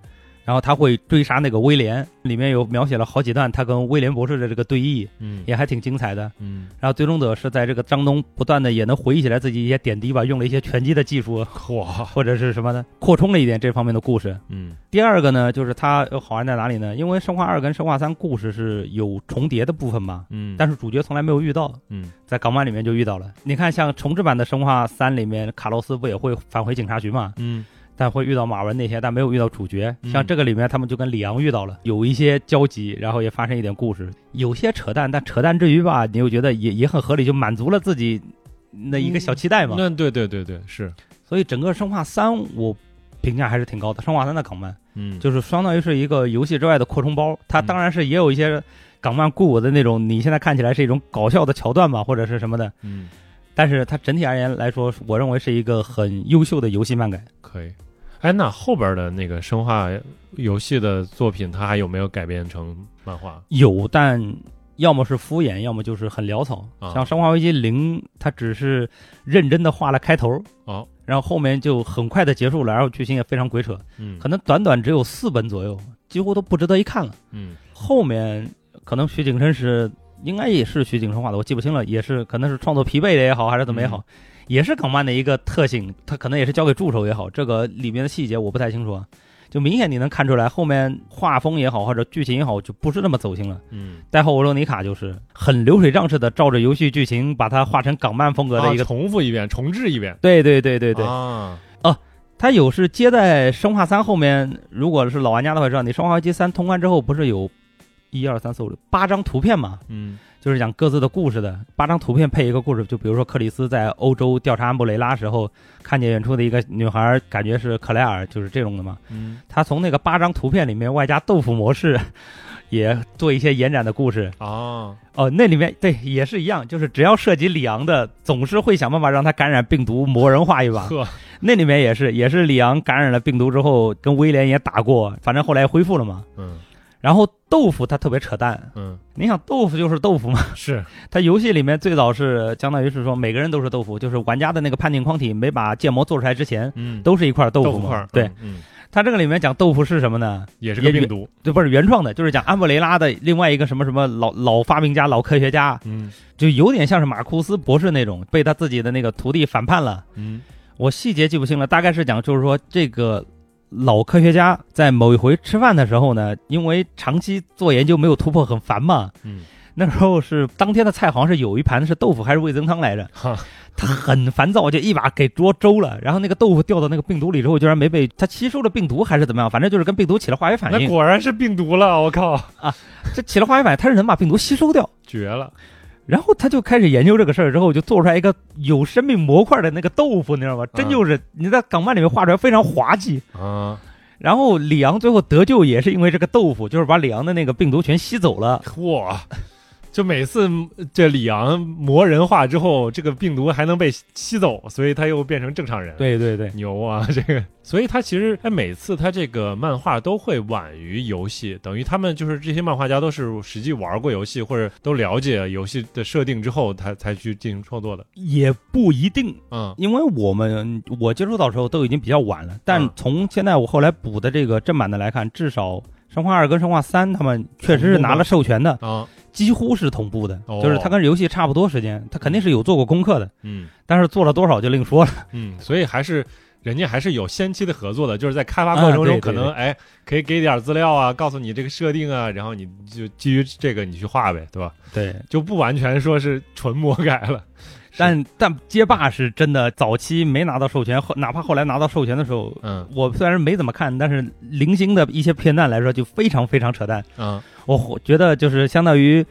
然后他会追杀那个威廉，里面有描写了好几段他跟威廉博士的这个对弈，嗯也还挺精彩的。嗯，然后最终者是在这个张东不断的也能回忆起来自己一些点滴吧，用了一些拳击的技术嚯，或者是什么的，扩充了一点这方面的故事。嗯第二个呢，就是它呃好玩在哪里呢？因为《生化二》跟《生化三》故事是有重叠的部分嘛，嗯，但是主角从来没有遇到，嗯在港漫里面就遇到了。你看，像重制版的《生化三》里面，卡洛斯不也会返回警察局嘛？嗯但会遇到马文那些，但没有遇到主角。嗯像这个里面，他们就跟里昂遇到了，有一些交集，然后也发生一点故事，有些扯淡，但扯淡之余吧，你又觉得也也很合理，就满足了自己那一个小期待嘛。那对对对对是，所以整个《生化三》我评价还是挺高的，《生化三》的港漫。嗯就是相当于是一个游戏之外的扩充包。它当然是也有一些港漫固有的那种，你现在看起来是一种搞笑的桥段吧，或者是什么的。嗯但是它整体而言来说，我认为是一个很优秀的游戏漫改。可以。哎，那后边的那个生化游戏的作品，它还有没有改编成漫画？有，但要么是敷衍，要么就是很潦草。啊像《生化危机零》，它只是认真的画了开头，哦，然后后面就很快的结束了，然后剧情也非常鬼扯，嗯可能短短只有四本左右，几乎都不值得一看了。嗯后面可能徐景琛是应该也是徐景琛画的，我记不清了，也是可能是创作疲惫的也好，还是怎么嗯也好，也是港漫的一个特性，他可能也是交给助手也好，这个里面的细节我不太清楚啊。就明显你能看出来，后面画风也好，或者剧情也好，就不是那么走心了。嗯，代号欧罗尼卡就是很流水账似的，照着游戏剧情把它画成港漫风格的一个。啊重复一遍，重置一遍，对对对对对，啊，它有是接在《生化三》后面，如果是老玩家的话，知道你《生化危机三》通关之后不是有一二三四五六八张图片嘛，嗯就是讲各自的故事的，八张图片配一个故事。就比如说克里斯在欧洲调查安布雷拉时候，看见远处的一个女孩，感觉是克莱尔，就是这种的嘛。嗯他从那个八张图片里面外加豆腐模式， 也做一些延展的故事。啊，哦，那里面对也是一样，就是只要涉及里昂的，总是会想办法让他感染病毒，魔人化一把。呵，那里面也是，也是里昂感染了病毒之后，跟威廉也打过，反正后来也恢复了嘛。嗯然后豆腐他特别扯淡，嗯，你想豆腐就是豆腐嘛，是，他游戏里面最早是相当于是说每个人都是豆腐，就是玩家的那个判定框体没把建模做出来之前，嗯，都是一块豆豆腐腐嘛。块儿，对嗯，嗯，他这个里面讲豆腐是什么呢？也是个也病也毒，对，不是原创的，就是讲安布雷拉的另外一个什么什么老老发明家、老科学家，嗯就有点像是马库斯博士那种，被他自己的那个徒弟反叛了。嗯我细节记不清了，大概是讲就是说这个老科学家在某一回吃饭的时候呢，因为长期做研究没有突破，很烦嘛。嗯，那时候是当天的菜好像是有一盘是豆腐还是味增汤来着，哈，他很烦躁，就一把给桌周了。然后那个豆腐掉到那个病毒里之后，居然没被他吸收了病毒还是怎么样，反正就是跟病毒起了化学反那应。果然是病毒了，我靠，这起了化学反应，他是能把病毒吸收掉。绝了，然后他就开始研究这个事儿，之后就做出来一个有生命模块的那个豆腐，你知道吗？真就是你在港漫里面画出来非常滑稽。啊，然后里昂最后得救也是因为这个豆腐，就是把里昂的那个病毒全吸走了。嚯！就每次这里昂魔人化之后，这个病毒还能被吸走，所以他又变成正常人。，对对对，牛啊，这个，所以他其实他每次他这个漫画都会晚于游戏，等于他们就是这些漫画家都是实际玩过游戏或者都了解游戏的设定之后，他才去进行创作的。也不一定，嗯因为我们我接触到的时候都已经比较晚了。但嗯从现在我后来补的这个正版的来看，至少《生化二》跟《生化三》他们确实是拿了授权的，啊几乎是同步的，哦就是它跟游戏差不多时间，它肯定是有做过功课的。嗯但是做了多少就另说了。嗯，所以还是人家还是有先期的合作的，就是在开发过程啊对中对可能、哎可以给点资料啊，告诉你这个设定啊，然后你就基于这个你去画呗，对吧？对，就不完全说是纯魔改了。但但街霸是真的，早期没拿到授权，后哪怕后来拿到授权的时候，嗯我虽然没怎么看，但是零星的一些片段来说，就非常非常扯淡。嗯我我觉得就是相当于，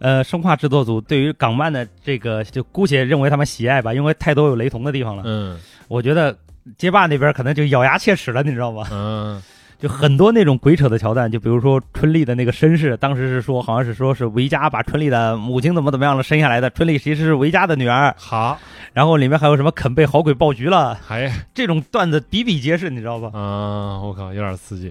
呃，生化制作组对于港漫的这个，就姑且认为他们喜爱吧，因为太多有雷同的地方了。嗯我觉得街霸那边可能就咬牙切齿了，你知道吗？嗯就很多那种鬼扯的桥段，就比如说春丽的那个身世，当时是说好像是说是维嘉把春丽的母亲怎么怎么样了生下来的，春丽其实是维嘉的女儿。好，然后里面还有什么肯被好鬼爆菊了，还、哎、 这种段子比比皆是，你知道吧？啊，我靠，有点刺激。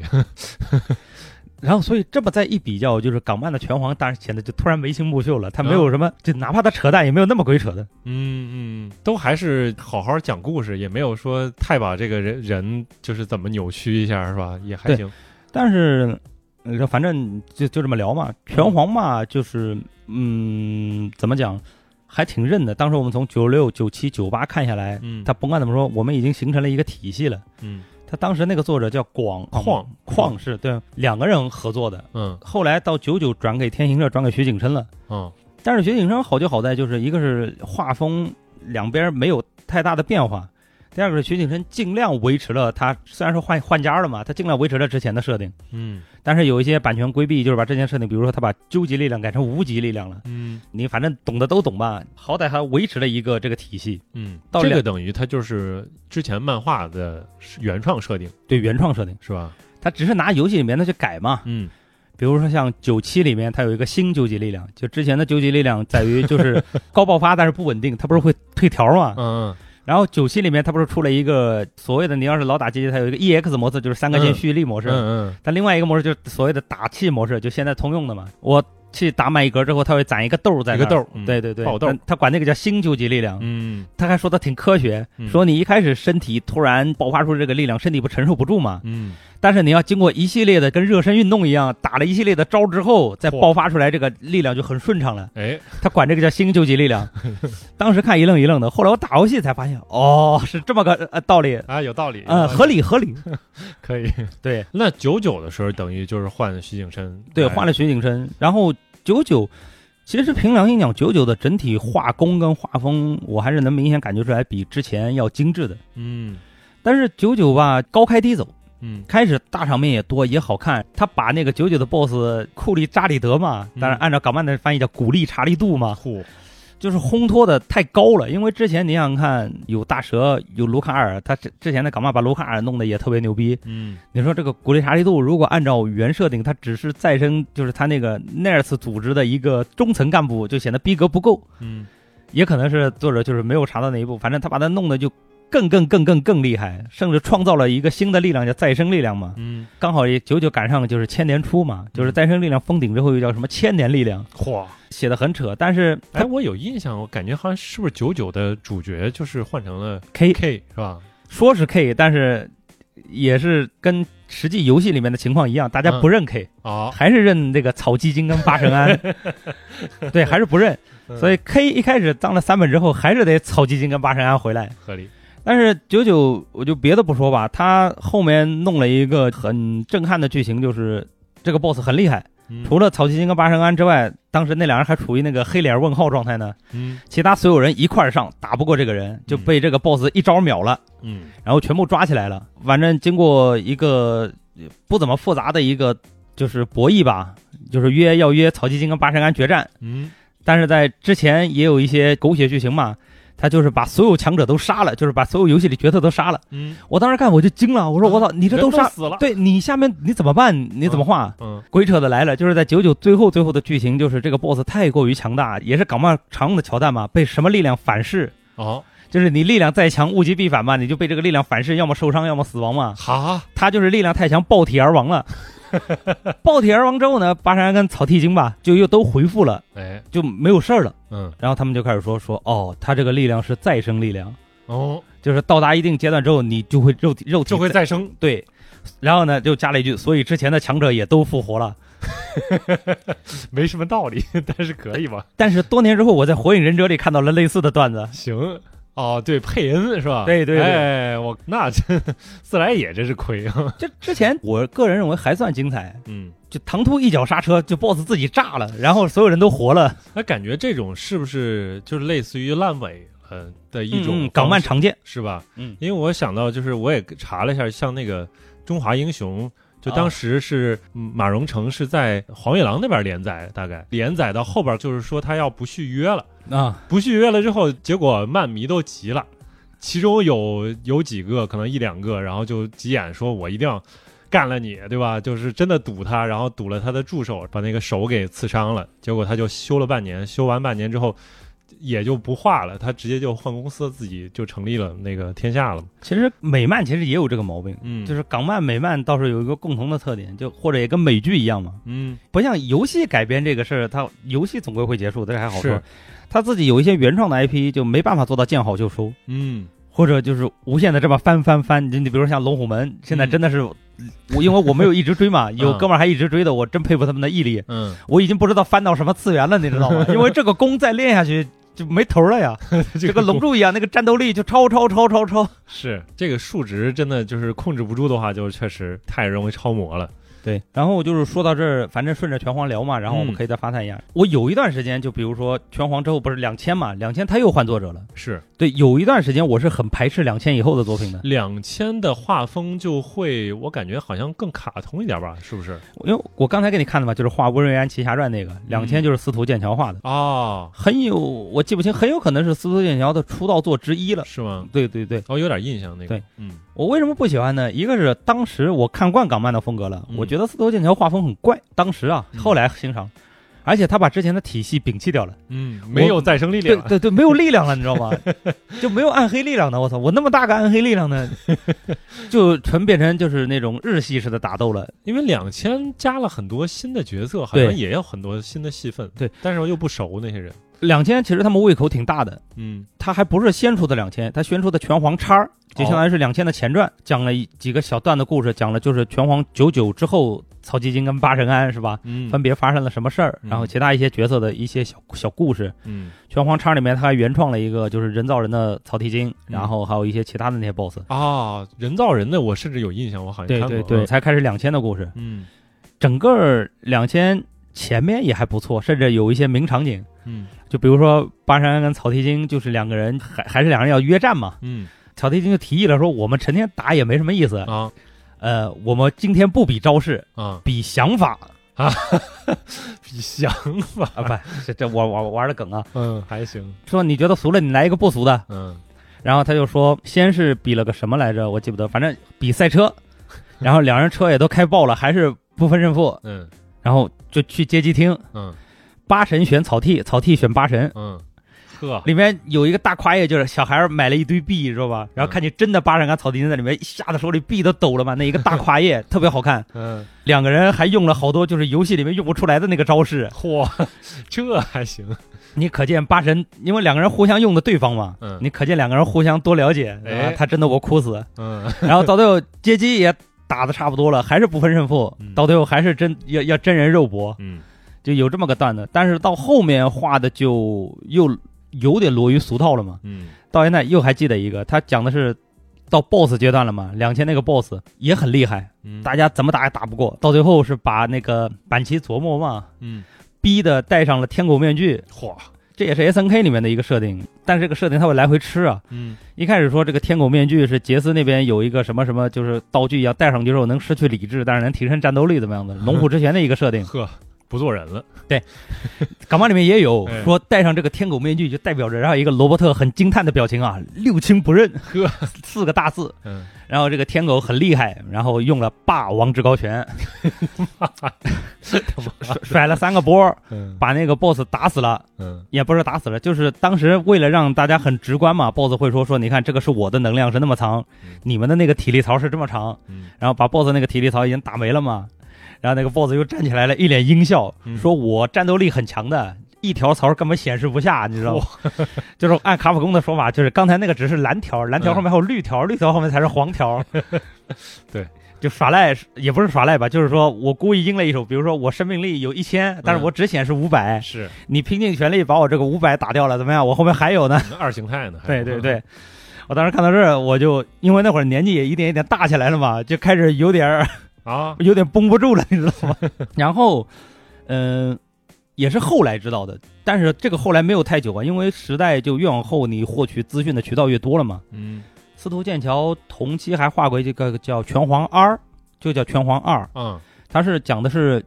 然后所以这么再一比较，就是港漫的拳皇，当然显得就突然眉清目秀了。他没有什么，就哪怕他扯淡，也没有那么鬼扯的。 嗯嗯，都还是好好讲故事，也没有说太把这个人人就是怎么扭曲一下，是吧？也还对行。但是，呃反正就就这么聊嘛。拳皇嘛，就是嗯，怎么讲，还挺认的。当时我们从九六、九七、九八看下来，嗯，他甭管怎么说，我们已经形成了一个体系了。嗯他当时那个作者叫广旷旷是对两个人合作的，嗯后来到九九转给天行者，转给徐景琛了。嗯但是雪景山好就好在就是一个是画风两边没有太大的变化，第二个是雪景山尽量维持了它虽然说换换家了嘛，它尽量维持了之前的设定，嗯但是有一些版权规避，就是把之前设定，比如说他把究极力量改成无极力量了，嗯你反正懂的都懂吧，好歹还维持了一个这个体系嗯，到这两个等于它就是之前漫画的原创设定，对原创设定，是吧？他只是拿游戏里面的去改嘛，嗯比如说像九七里面它有一个新究极力量，就之前的究极力量在于就是高爆发但是不稳定，它不是会退条嘛，嗯然后九七里面它不是出了一个所谓的你要是老打街机，它有一个 EX 模式，就是三个嗯键蓄力嗯模式。嗯但另外一个模式就是所谓的打气模式，就现在通用的嘛。我去打满一格之后，它会攒一个豆儿在一个那儿豆儿嗯对对对，爆豆儿但他管那个叫星究极力量。嗯他还说的挺科学，嗯说你一开始身体突然爆发出这个力量，身体不承受不住嘛。嗯但是你要经过一系列的跟热身运动一样，打了一系列的招之后，再嚯爆发出来这个力量就很顺畅了。哎，他管这个叫星究极力量。当时看一愣一愣的，后来我打游戏才发现，哦，是这么个呃道理，啊，有道理，呃，合理，理合理。可以。 对那九九的时候，等于就是换徐景琛，对，换了，了徐景琛，然后九九。其实凭良心讲，九九的整体画工跟画风，我还是能明显感觉出来比之前要精致的。嗯但是九九吧，高开低走，嗯开始大场面也多，也好看。他把那个九九的 BOSS 库利扎里德嘛，嗯当然按照港漫的翻译叫古力查利度嘛，嚯，就是烘托的太高了。因为之前你想想看，有大蛇，有卢卡尔，他之之前的港漫把卢卡尔弄得也特别牛逼。嗯你说这个古力查利度，如果按照原设定，他只是再生，就是他那个 NERS 组织的一个中层干部，就显得逼格不够。嗯也可能是作者就是没有查到那一步，反正他把他弄得就更更更更更厉害，甚至创造了一个新的力量，叫再生力量嘛。嗯，刚好也久久赶上就是千年初嘛，就是再生力量封顶之后又叫什么千年力量，嚯！写的很扯。但是哎，他我有印象，我感觉好像是不是九九的主角就是换成了 K K 是吧？说是 K，但是也是跟实际游戏里面的情况一样，大家不认 K，、哦，还是认这个草鸡精跟八神庵，对，还是不认。所以以 K 一开始当了三本之后，还是得草鸡精跟八神庵回来。合理。但是九九，我就别的不说吧，他后面弄了一个很震撼的剧情，就是这个 BOSS 很厉害。嗯除了曹七金跟八神庵之外，当时那两人还处于那个黑脸问号状态呢，嗯其他所有人一块儿上，打不过这个人，就被这个 BOSS 一招秒了，嗯然后全部抓起来了。反正经过一个呃不怎么复杂的一个就是博弈吧，就是约要约曹七金跟八神庵决战，嗯但是在之前也有一些狗血剧情嘛，他就是把所有强者都杀了，就是把所有游戏里角色都杀了。嗯，我当时看我就惊了，我说我操，你这都人杀，死了，对你下面你怎么办？你怎么画？嗯鬼扯的来了，就是在九九最后最后的剧情，就是这个 BOSS 太过于强大，也是港漫常用的桥段嘛，被什么力量反噬，哦，就是你力量再强，物极必反嘛，你就被这个力量反噬，要么受伤，要么死亡嘛。哈，他就是力量太强，爆体而 亡了。爆体而亡之后呢，巴山跟草剃精吧，就又都恢复了，哎，就没有事儿了。嗯然后他们就开始说说，哦，他这个力量是再生力量，哦，就是到达一定阶段之后，你就会肉体肉体就会再生，对，然后呢，就加了一句，所以之前的强者也都复活了。没什么道理， 但是可以吧？但是多年之后，我在《火影忍者》里看到了类似的段子，行。哦，对，佩恩是吧？对对对哎，我那这自来也真是亏啊。 就之前我个人认为还算精彩，嗯，就唐突一脚刹车，就 BOSS 自己炸了，然后所有人都活了，那感觉这种是不是就是类似于烂尾呃的一种嗯方嗯港漫式常见，是吧？嗯因为我想到就是我也查了一下，像那个《中华英雄》，就当时是嗯马荣成是在黄玉郎那边连载，大概连载到后边就是说他要不续约了，啊，不续约了之后，结果漫迷都急了，其中有有几个可能一两个，然后就急眼说我一定要。干了你，对吧？就是真的堵他，然后堵了他的助手，把那个手给刺伤了。结果他就休了半年，休完半年之后，也就不画了，他直接就换公司，自己就成立了那个天下了。其实美漫其实也有这个毛病。嗯，就是港漫、美漫倒是有一个共同的特点，就或者也跟美剧一样嘛，嗯不像游戏改编这个事儿，它游戏总归会结束，这还好说是。他自己有一些原创的 IP 就没办法做到见好就收，嗯或者就是无限的这么翻翻翻，你你比如像《龙虎门》，现在嗯真的是、我，因为我没有一直 追嘛，有哥们儿还一直追的，我真佩服他们的毅力。嗯，我已经不知道翻到什么次元了，你知 道吗？因为这个弓再练下去就没头了 呀，这就跟龙珠一样，那个战斗力就超超超超超。是这个数值真的就是控制不住的话，就确实太容易超模了。对，然后就是说到这儿，反正顺着拳皇聊嘛，然后我们可以再发散一下。我有一段时间，就比如说拳皇之后不是两千嘛，两千他又换作者了。是对，有一段时间我是很排斥两千以后的作品的，两千的画风就会，我感觉好像更卡通一点吧，是不是？因为我刚才给你看的嘛，就是画《温瑞安奇侠传》那个，两千就是司徒剑桥画的。哦，很有，我记不清，很有可能是司徒剑桥的出道作之一了。是吗？对对对，哦，有点印象那个。对，嗯我为什么不喜欢呢？一个是当时我看惯港漫的风格了，嗯我觉得司徒剑桥画风很怪，当时啊，嗯后来欣赏，而且他把之前的体系摒 弃掉了，嗯，没有再生力对量。对对，没有力量了，你知道吗？ 就没有暗黑力量的，我操，我那么大个暗黑力 量呢，就纯变成就是那种日系式的打斗了。因为两千加了很多新的角色，好像对也有很多新的戏份。对，但是我又不熟那些人。两千其实他们胃口挺大的，嗯他还不是先出的两千，他先出的拳皇叉儿，就相当哦于是两千的前传，讲了一几个小段的故事，讲了就是拳皇九九之后，曹基金跟八神庵是吧，嗯分别发生了什么事儿，嗯然后其他一些角色的一些小小故事。嗯拳皇叉里面他还原创了一个就是人造人的曹提金，然后还有一些其他的那些 BOSS。啊，人造人的我甚至有印象，我好像对看过。对对，才开始两千的故事，嗯整个两千前面也还不错，甚至有一些名场景，嗯就比如说八神庵跟曹提金就是两个人还还是两人要约战嘛，嗯曹提金就提议了说，我们成天打也没什么意思，啊，呃，我们今天不比招式，啊，比想法比想法，啊，不，这这我我玩的梗啊。嗯，还行，说你觉得俗了，你来一个不俗的。嗯然后他就说，先是比了个什么来着，我记不得，反正比赛车，然后两人车也都开爆了，还是不分胜负，嗯然后就去街机厅，嗯八神选草剃，草剃选八神。嗯，呵，里面有一个大跨页，就是小孩儿买了一堆币，知道吧？然后看见真的巴掌跟草地在里面，吓得手里币都抖了嘛。那一个大跨页特别好看，嗯，两个人还用了好多就是游戏里面用不出来的那个招式。嚯，这还行，你可见八神，因为两个人互相用的对方嘛，嗯你可见两个人互相多了解。哎然后他真的我哭死，嗯 然后到最后街机也打的差不多了，还是不分胜负嗯，到最后还是真要要真人肉搏，嗯就有这么个段子。但是到后面画的就又有点落于俗套了嘛。嗯到现在又还记得一个，他讲的是到 BOSS 阶段了嘛，两千那个 BOSS 也很厉害，嗯，大家怎么打也打不过，到最后是把那个板崎琢磨嘛嗯，逼的戴上了天狗面具，嚯，这也是 S N K 里面的一个设定，但是这个设定它会来回吃啊。嗯，一开始说这个天狗面具是杰斯那边有一个什么什么，就是道具要啊戴上去之后能失去理智，但是能提升战斗力怎么样的，龙虎之拳的一个设定呵，不做人了，港漫里面也有哎说戴上这个天狗面具就代表着，然后一个罗伯特很惊叹的表情啊，六亲不认，呵，四个大字。 嗯然后这个天狗很厉害，然后用了霸王之高拳，甩甩了三个波，嗯把那个 BOSS 打死了。嗯也不是打死了，就是当时为了让大家很直观嘛，BOSS 会说说，你看这个是我的能量是那么长嗯，你们的那个体力槽是这么长，嗯然后把 BOSS 那个体力槽已经打没了嘛。然后那个 BOSS 又站起来了，一脸阴笑嗯，说我战斗力很强的。一条槽根本显示不下，你知道吗？ 就是按卡普空的说法，就是刚才那个只是蓝条，蓝嗯条后面还有绿条，绿条后面才是黄条。 对，就耍赖也不是耍赖吧，就是说我故意阴了一手，比如说我生命力有一千，嗯但是我只显示五百、是你拼尽全力把我这个五百打掉了，怎么样？我后面还有呢。二形态呢，还嗯对对，对，我当时看到这儿，我就因为那会儿年纪也一点一点大起来了嘛，就开始有点儿 啊有点绷不住了，你知道吗？ 然后，嗯、也是后来知道的，但是这个后来没有太久啊，因为时代就越往后，你获取资讯的渠道越多了嘛。嗯司徒剑桥同期还画过一个叫《拳皇 R》，就叫《拳皇 R》，嗯他是讲的是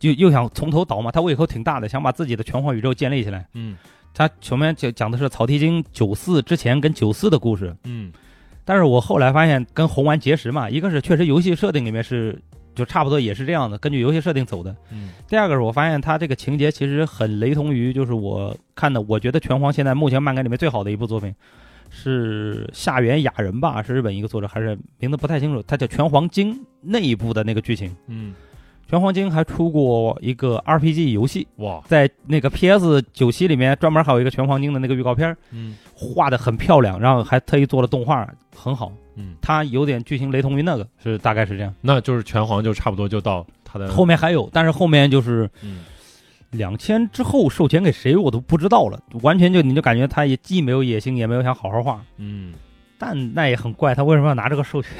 就又想从头倒嘛，他胃口挺大的，想把自己的拳皇宇宙建立起来。嗯他前面讲讲的是草剃精九四之前跟九四的故事，嗯但是我后来发现跟红丸结识嘛，一个是确实游戏设定里面是就差不多也是这样的，根据游戏设定走的。嗯第二个是我发现它这个情节其实很雷同于就是我看的，我觉得拳皇现在目前漫改里面最好的一部作品是下原雅人吧，是日本一个作者，还是名字不太清楚，他叫《拳皇经》那一部的那个剧情。嗯， 《拳皇经》还出过一个 RPG 游戏，哇，在那个 PS 九七里面专门还有一个《拳皇经》的那个预告片儿，嗯画的很漂亮，然后还特意做了动画，很好。嗯，它有点剧情雷同于那个，是大概是这样。那就是拳皇就差不多就到他的后面还有，但是后面就是嗯两千之后授权给谁我都不知道了，完全就你就感觉他也既没有野心，也没有想好好画。嗯，但那也很怪，他为什么要拿这个授权？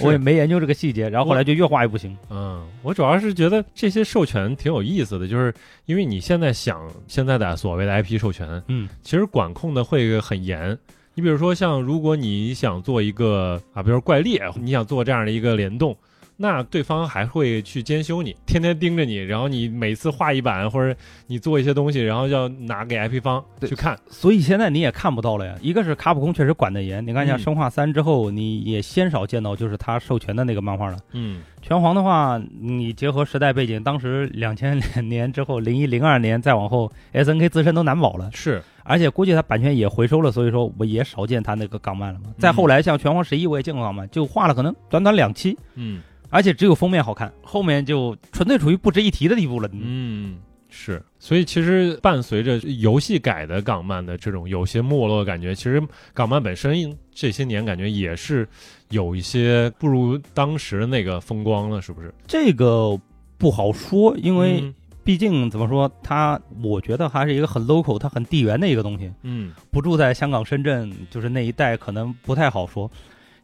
我是也没研究这个细节，然后后来就越画越不行。嗯，我主要是觉得这些授权挺有意思的，就是因为你现在想现在的所谓的 IP 授权，嗯其实管控的会很严。你比如说，像如果你想做一个啊，比如说怪猎，你想做这样的一个联动，那对方还会去监修你，天天盯着你，然后你每次画一版或者你做一些东西，然后要拿给 IP 方对去看。所以现在你也看不到了呀。一个是卡普空确实管得严，你看嗯像《生化三》之后，你也鲜少见到就是他授权的那个漫画了。嗯拳皇的话，你结合时代背景，当时两千 年之后，零一零二年再往后，S N K 自身都难保了，是，而且估计它版权也回收了，所以说我也少见它那个港漫了嘛。嗯再后来像拳皇十一，我也见过港漫，就画了可能短短两期，嗯而且只有封面好看，后面就纯粹处于不值一提的地步了。嗯。是，所以其实伴随着游戏改的港漫的这种有些没落的感觉，其实港漫本身这些年感觉也是有一些不如当时的那个风光了，是不是？这个不好说，因为嗯毕竟怎么说，它我觉得还是一个很 local，它很地缘的一个东西。嗯不住在香港、深圳，就是那一带，可能不太好说。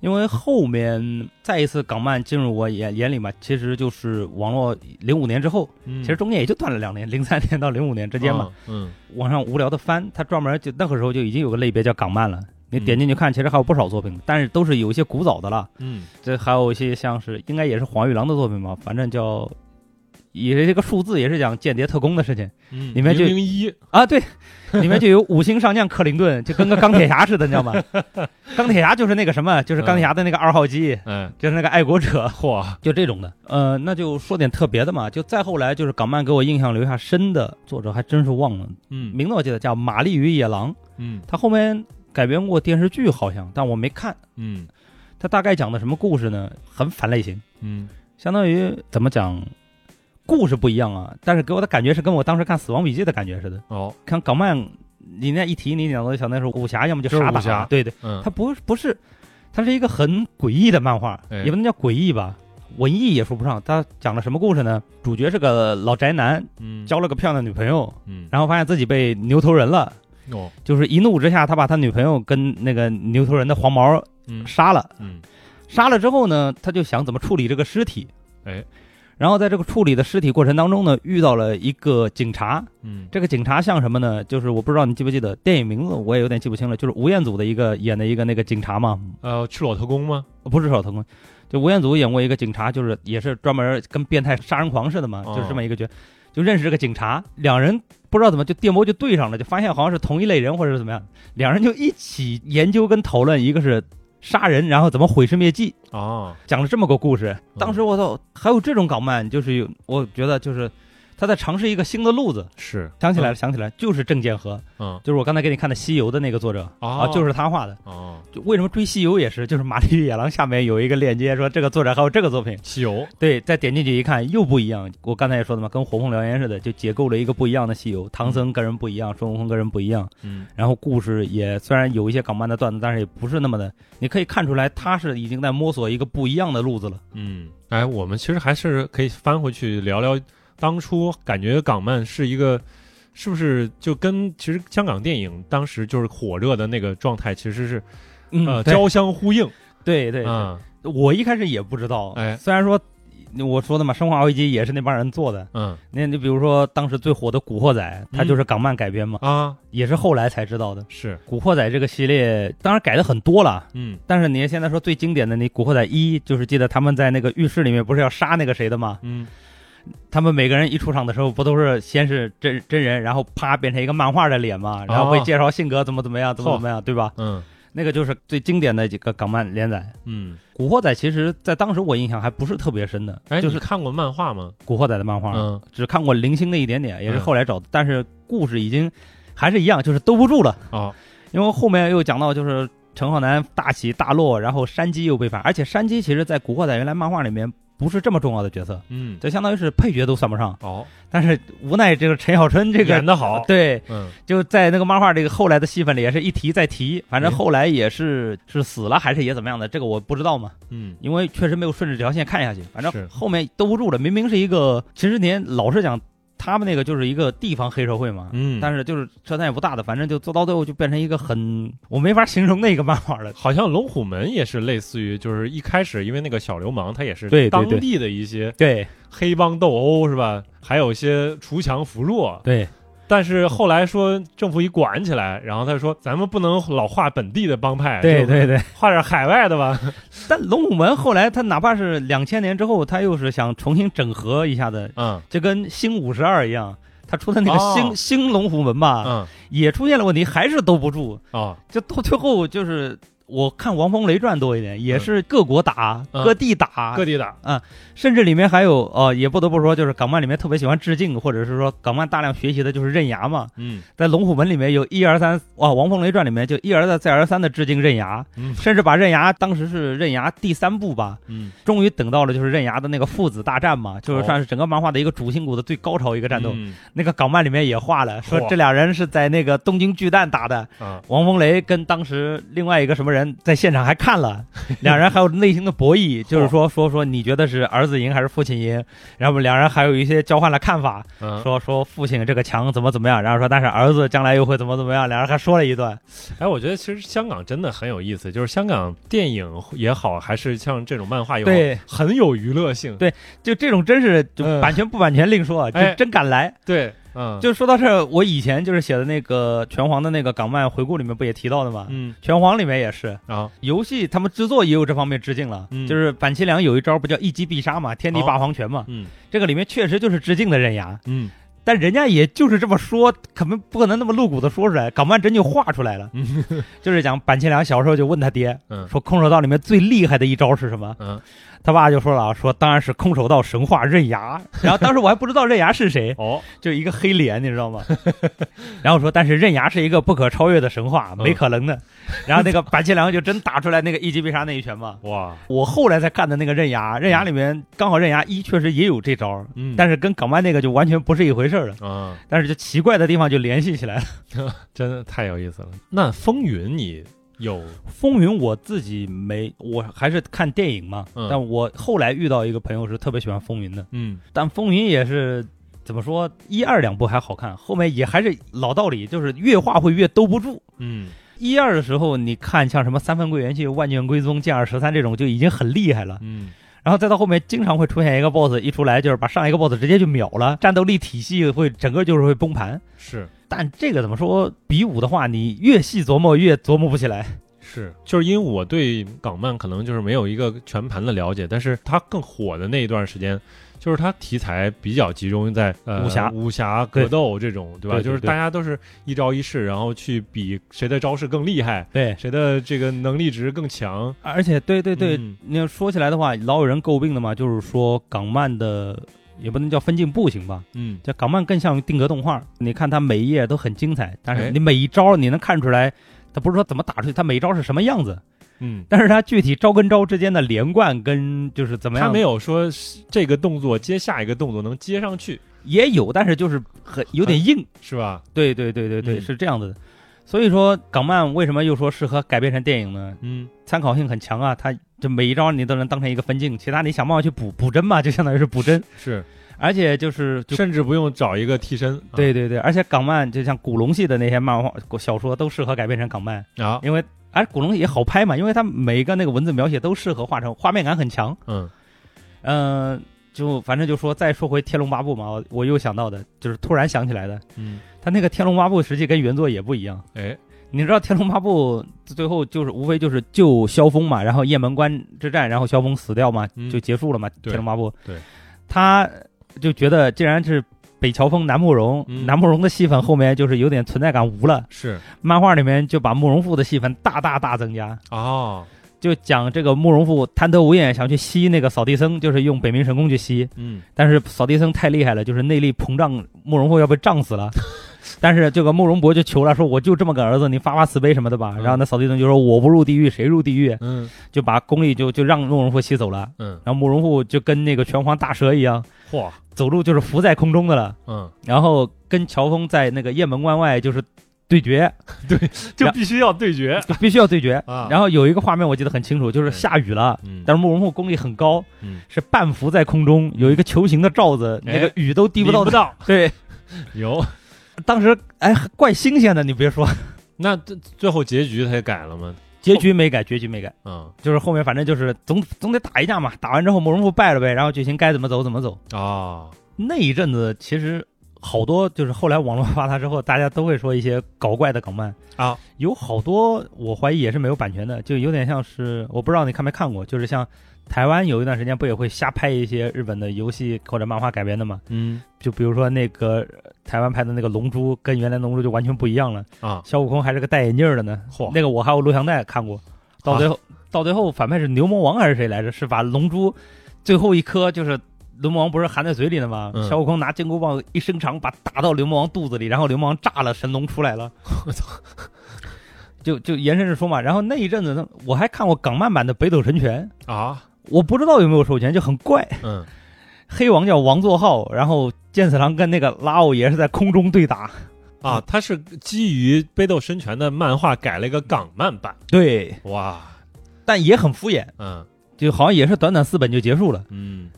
因为后面再一次港漫进入我眼眼里嘛，其实就是网络零五年之后，嗯，其实中间也就断了两年，零三年到零五年之间嘛。嗯，网上无聊的翻，他专门就那个时候就已经有个类别叫港漫了，你点进去看，其实还有不少作品，但是都是有一些古早的了。嗯这还有一些像是应该也是黄玉郎的作品吧，反正叫也是这个数字也是讲间谍特工的事情嗯里面就零零一，啊，对，里面就有五星上将克林顿，就跟个钢铁侠似的，你知道吗？钢铁侠就是那个什么，就是钢铁侠的那个二号机，哎，就是那个爱国者，嚯，嗯就这种的。呃，那就说点特别的嘛，就再后来就是港漫给我印象留下深的作者还真是忘了嗯名字，我记得叫玛丽与野狼，嗯他后面改编过电视剧好像，但我没看。嗯他大概讲的什么故事呢？很反类型。嗯相当于怎么讲，故事不一样啊，但是给我的感觉是跟我当时看《死亡笔记》的感觉似的。哦，看港漫，你那一提，你想到想那是武侠，要么就傻就打，是武侠对对，嗯，它不不是，它是一个很诡异的漫画，哎也不能叫诡异吧。文艺也说不上，它讲了什么故事呢？主角是个老宅男，嗯交了个漂亮女朋友，嗯，然后发现自己被牛头人了，哦，就是一怒之下，他把他女朋友跟那个牛头人的黄毛嗯杀了，嗯杀了之后呢，他就想怎么处理这个尸体。哎，然后在这个处理的尸体过程当中呢，遇到了一个警察。嗯，这个警察像什么呢？就是我不知道你记不记得电影名字，我也有点记不清了。就是吴彦祖的一个演的一个那个警察嘛，呃，赤裸特工吗？不是少腾空，就吴彦祖演过一个警察，就是也是专门跟变态杀人狂似的嘛，哦就是这么一个角。就认识这个警察，两人不知道怎么就电波就对上了，就发现好像是同一类人或者是怎么样，两人就一起研究跟讨论，一个是杀人，然后怎么毁尸灭迹，哦，讲了这么个故事。当时我操，还有这种港漫，就是有，我觉得就是他在尝试一个新的路子。是，想起来了，想起来了，就是郑建和，嗯，就是我刚才给你看的《西游》的那个作者啊，哦，，就是是他画的。哦，就为什么追《西游》也是，就是《马丽与野狼》下面有一个链接，说这个作者还有这个作品。西游，对，再点进去一看又不一样。我刚才也说的嘛，跟《火凤燎原》似的，就解构了一个不一样的《西游》，唐僧跟人不一样，孙悟空跟人不一样。嗯然后故事也虽然有一些港漫的段子，但是也不是那么的，你可以看出来他是已经在摸索一个不一样的路子了。嗯，哎，我们其实还是可以翻回去聊聊当初感觉港漫是一个。是不是就跟其实香港电影当时就是火热的那个状态，其实是嗯呃对交相呼应对对，啊？对我一开始也不知道，哎虽然说我说的嘛，《生化危机》也是那帮人做的。嗯那你比如说当时最火的《古惑仔》，它嗯就是港漫改编嘛，啊，也是后来才知道的。《是，古惑仔》这个系列当然改的很多了，嗯但是你现在说最经典的，你《古惑仔一》就是记得他们在那个浴室里面不是要杀那个谁的吗？嗯他们每个人一出场的时候，不都是先是真真人，然后啪变成一个漫画的脸嘛，然后被哦介绍性格怎么怎么样，怎么怎么样，对吧？嗯那个就是最经典的几个港漫连载。嗯， 《古惑仔》其实在当时我印象还不是特别深的，哎，就你是《看过漫画吗？古惑仔》的漫画，嗯只看过零星的一点点，也是嗯后来找的，但是故事已经还是一样，就是兜不住了，哦，因为后面又讲到就是陈浩南大起大落，然后山鸡又被反，而且山鸡其实在《古惑仔》原来漫画里面不是这么重要的角色，嗯这相当于是配角都算不上，哦，但是无奈这个陈小春这演个。的好，对，嗯就在那个漫画这个后来的戏份里，也是一提再提，反正哎后来也是是死了还是也怎么样的，这个我不知道嘛。嗯因为确实没有顺着这条线看下去，反是正后面兜不住了。明明是一个，其实您老实讲，他们那个就是一个地方黑社会嘛，嗯，但是是就是扯淡也不大的，反正就做到最后就变成一个很我没法形容的一个漫画了。好像龙虎门也是类似于，就是一开始因为那个小流氓他也是对对当对地的一些对黑帮斗殴是吧？还有一些锄强扶弱，对但是后来说政府一管起来，然后他说咱们不能老画本地的帮派，对就对对，画点海外的吧。哎但龙虎门后来他哪怕是两千年之后，他又是想重新整合一下子，嗯就跟星五十二一样，他出的那个哦星、星龙虎门吧，嗯也出现了问题，还是兜不住。哦就到最后就是我看《王风雷传》多一点，也是各国打、嗯各地打，各地打，甚至里面还有哦、呃也不得不说，就是港漫里面特别喜欢致敬，或者是说港漫大量学习的就是刃牙嘛。嗯在《龙虎门》里面有一二三，哇，《王风雷传》里面就一而再再而三的致敬刃牙，嗯甚至把刃牙当时是刃牙第三部吧，嗯终于等到了就是刃牙的那个父子大战嘛，就是算是整个漫画的一个主心骨的最高潮一个战斗。哦嗯那个港漫里面也画了，说哇这俩人是在那个东京巨蛋打的，啊王风雷跟当时另外一个什么人在现场还看 了，两人还有内心的博弈，就是说说说你觉得是儿子赢还是父亲赢？然后两人还有一些交换了看法，嗯，说说父亲这个强怎么怎么样，然后说但是儿子将来又会怎么怎么样，两人还说了一段。哎，我觉得其实香港真的很有意思，就是香港电影也好，还是像这种漫画也好，对很有娱乐性。对就这种真是就嗯版权不版权另说，哎就真敢来。对嗯，就说到这儿，我以前就是写的那个拳皇的那个港漫回顾里面不也提到的吗？嗯拳皇里面也是，啊，游戏他们制作也有这方面致敬了。嗯就是板崎良有一招不叫一击必杀嘛，天地霸皇拳嘛，嗯这个里面确实就是致敬的刃牙，嗯但人家也就是这么说，可能不可能那么露骨的说出来，港漫真就画出来了。 就是讲板崎良小时候就问他爹嗯说，空手道里面最厉害的一招是什么？嗯，他爸就说了啊，说当然是空手道神话刃牙。然后当时我还不知道刃牙是谁，哦，就一个黑脸，你知道吗？ 然后说，但是刃牙是一个不可超越的神话，嗯没可能的。然后那个板崎良就真打出来那个一击必杀那一拳嘛。哇，我后来才看的那个刃牙，刃牙里面刚好刃牙一确实也有这招，嗯，但是是跟港漫那个就完全不是一回事儿了。啊，但是就奇怪的地方就联系起来了。真的太有意思了。那风云你有风云我自己没，我还是看电影嘛。嗯但我后来遇到一个朋友是特别喜欢风云的，嗯但风云也是怎么说，一二两部还好看，后面也还是老道理，就是越画会越兜不住。嗯一二的时候，你看像什么三分贵元气、万卷归宗、剑二十三这种就已经很厉害了，嗯然后再到后面，经常会出现一个 BOSS 一出来就是把上一个 BOSS 直接就秒了，战斗力体系会整个就是会崩盘。是但这个怎么说，比武的话，你越细琢磨越琢磨不起来。是，就是因为我对港漫可能就是没有一个全盘的了解，但是它更火的那一段时间，就是它题材比较集中在呃武侠武侠、格对斗这种，对吧？对对就是对大家都是一招一式，然后去比谁的招式更厉害，对，谁的这个能力值更强。而且对对对，嗯你要说起来的话，老有人诟病的嘛，就是说港漫的也不能叫分镜步行吧，嗯这港漫更像定格动画。你看它每一页都很精彩，但哎是你每一招你能看出来，它不是说怎么打出去，它每一招是什么样子，嗯，但是它具体招跟招之间的连贯跟就是怎么他样没有说是这个动作接下一个动作能接上去，也有，但是就是很有点硬。是吧？对对对对对，嗯是这样子的。所以说港漫为什么又说适合改编成电影呢？嗯参考性很强啊，它就每一招你都能当成一个分镜，其他你想办法去补补针嘛，就相当于是补针，是，而且就是就。甚至不用找一个替身。啊对对对，而且港漫就像古龙系的那些漫画、小说都适合改编成港漫，啊，因为而古龙也好拍嘛，因为它每一个那个文字描写都适合画成画面感很强。嗯嗯、就反正就说再说回《天龙八部》嘛，我我又想到的就是突然想起来的，嗯，他那个《天龙八部》实际跟原作也不一样。哎，你知道《天龙八部》最后就是无非就是救萧峰嘛，然后雁门关之战，然后萧峰死掉嘛嗯，就结束了嘛。对天龙八部》对，他就觉得既然是北乔峰、南慕容，嗯南慕容的戏份后面就是有点存在感无了，是漫画里面就把慕容复的戏份大大大增加，哦，就讲这个慕容复贪得无厌，想去吸那个扫地僧，就是用北冥神功去吸，嗯但是扫地僧太厉害了，就是内力膨胀，慕容复要被胀 死了。但是这个慕容博就求了，说我就这么个儿子，你发发慈悲什么的吧。嗯然后那扫地僧就说我不入地狱谁入地狱，嗯就把功力就就让慕容复吸走了。嗯，然后慕容复就跟那个拳皇大蛇一样，嚯，走路就是浮在空中的了。嗯，然后跟乔峰在那个雁门关外就是对决，就必须要对决就必须要对决。啊然后有一个画面我记得很清楚，就是嗯下雨了，嗯，但是慕容复功力很高，嗯是半浮在空中，有一个球形的罩子，哎那个雨都滴不到淋不他。对。有，当时哎，怪新鲜的，你别说，那最最后结局他也改了吗？ 结局没改，结局没改，嗯就是后面反正就是总总得打一架嘛，打完之后慕容复败了呗，然后剧情该怎么走怎么走。啊，那一阵子其实好多就是后来网络发达之后，大家都会说一些搞怪的港漫啊，有好多我怀疑也是没有版权的，就有点像是我不知道你看没看过，就是像台湾有一段时间不也会瞎拍一些日本的游戏或者漫画改编的嘛，嗯就比如说那个呃台湾拍的那个《龙珠》，跟原来《龙珠》就完全不一样了。啊，小悟空还是个戴眼镜儿的呢。嚯啊那个我还有录像带看过，到最后、到最后反派是牛魔王还是谁来着？是把龙珠最后一颗就是。牛魔王不是含在嘴里的吗？嗯小悟空拿金箍棒一伸长，把打到牛魔王肚子里，然后牛魔王炸了，神龙出来了。 我操，就就延伸着说嘛。然后那一阵子呢，我还看过港漫版的《北斗神拳》，啊，我不知道有没有授权，就很怪。嗯黑王叫王座浩，然后剑次郎跟那个拉奥爷是在空中对打。 啊，他是基于《北斗神拳》的漫画改了一个港漫版，对，哇，但也很敷衍，嗯就好像也是短短四本就结束了。嗯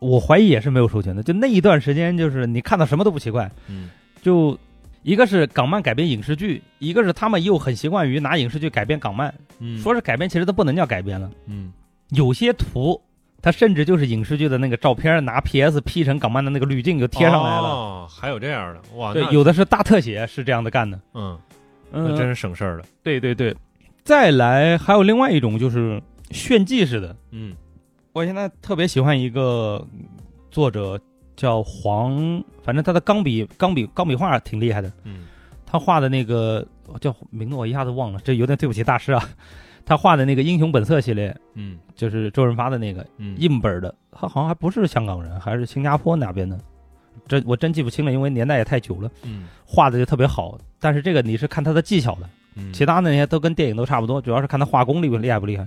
我怀疑也是没有授权的。就那一段时间，就是你看到什么都不奇怪。嗯就一个是港漫改编影视剧，一个是他们又很习惯于拿影视剧改编港漫，嗯，说是改编，其实都不能叫改编了。嗯有些图它甚至就是影视剧的那个照片，拿 PS P 成港漫的那个滤镜就贴上来了。哦，还有这样的哇，对那，有的是大特写，是这样的干的。嗯，嗯那真是省事儿了，对对对。再来，还有另外一种就是炫技式的。嗯我现在特别喜欢一个作者叫黄，反正他的钢笔钢笔钢笔画挺厉害的。嗯他画的那个哦叫名字我一下子忘了，这有点对不起大师啊。他画的那个《英雄本色》系列，嗯就是周润发的那个嗯，印本儿的，他好像还不是香港人，还是新加坡哪边的，真我真记不清了，因为年代也太久了。嗯画的就特别好，但是这个你是看他的技巧的，嗯，其他的那些都跟电影都差不多，主要是看他画工厉不厉害不厉害。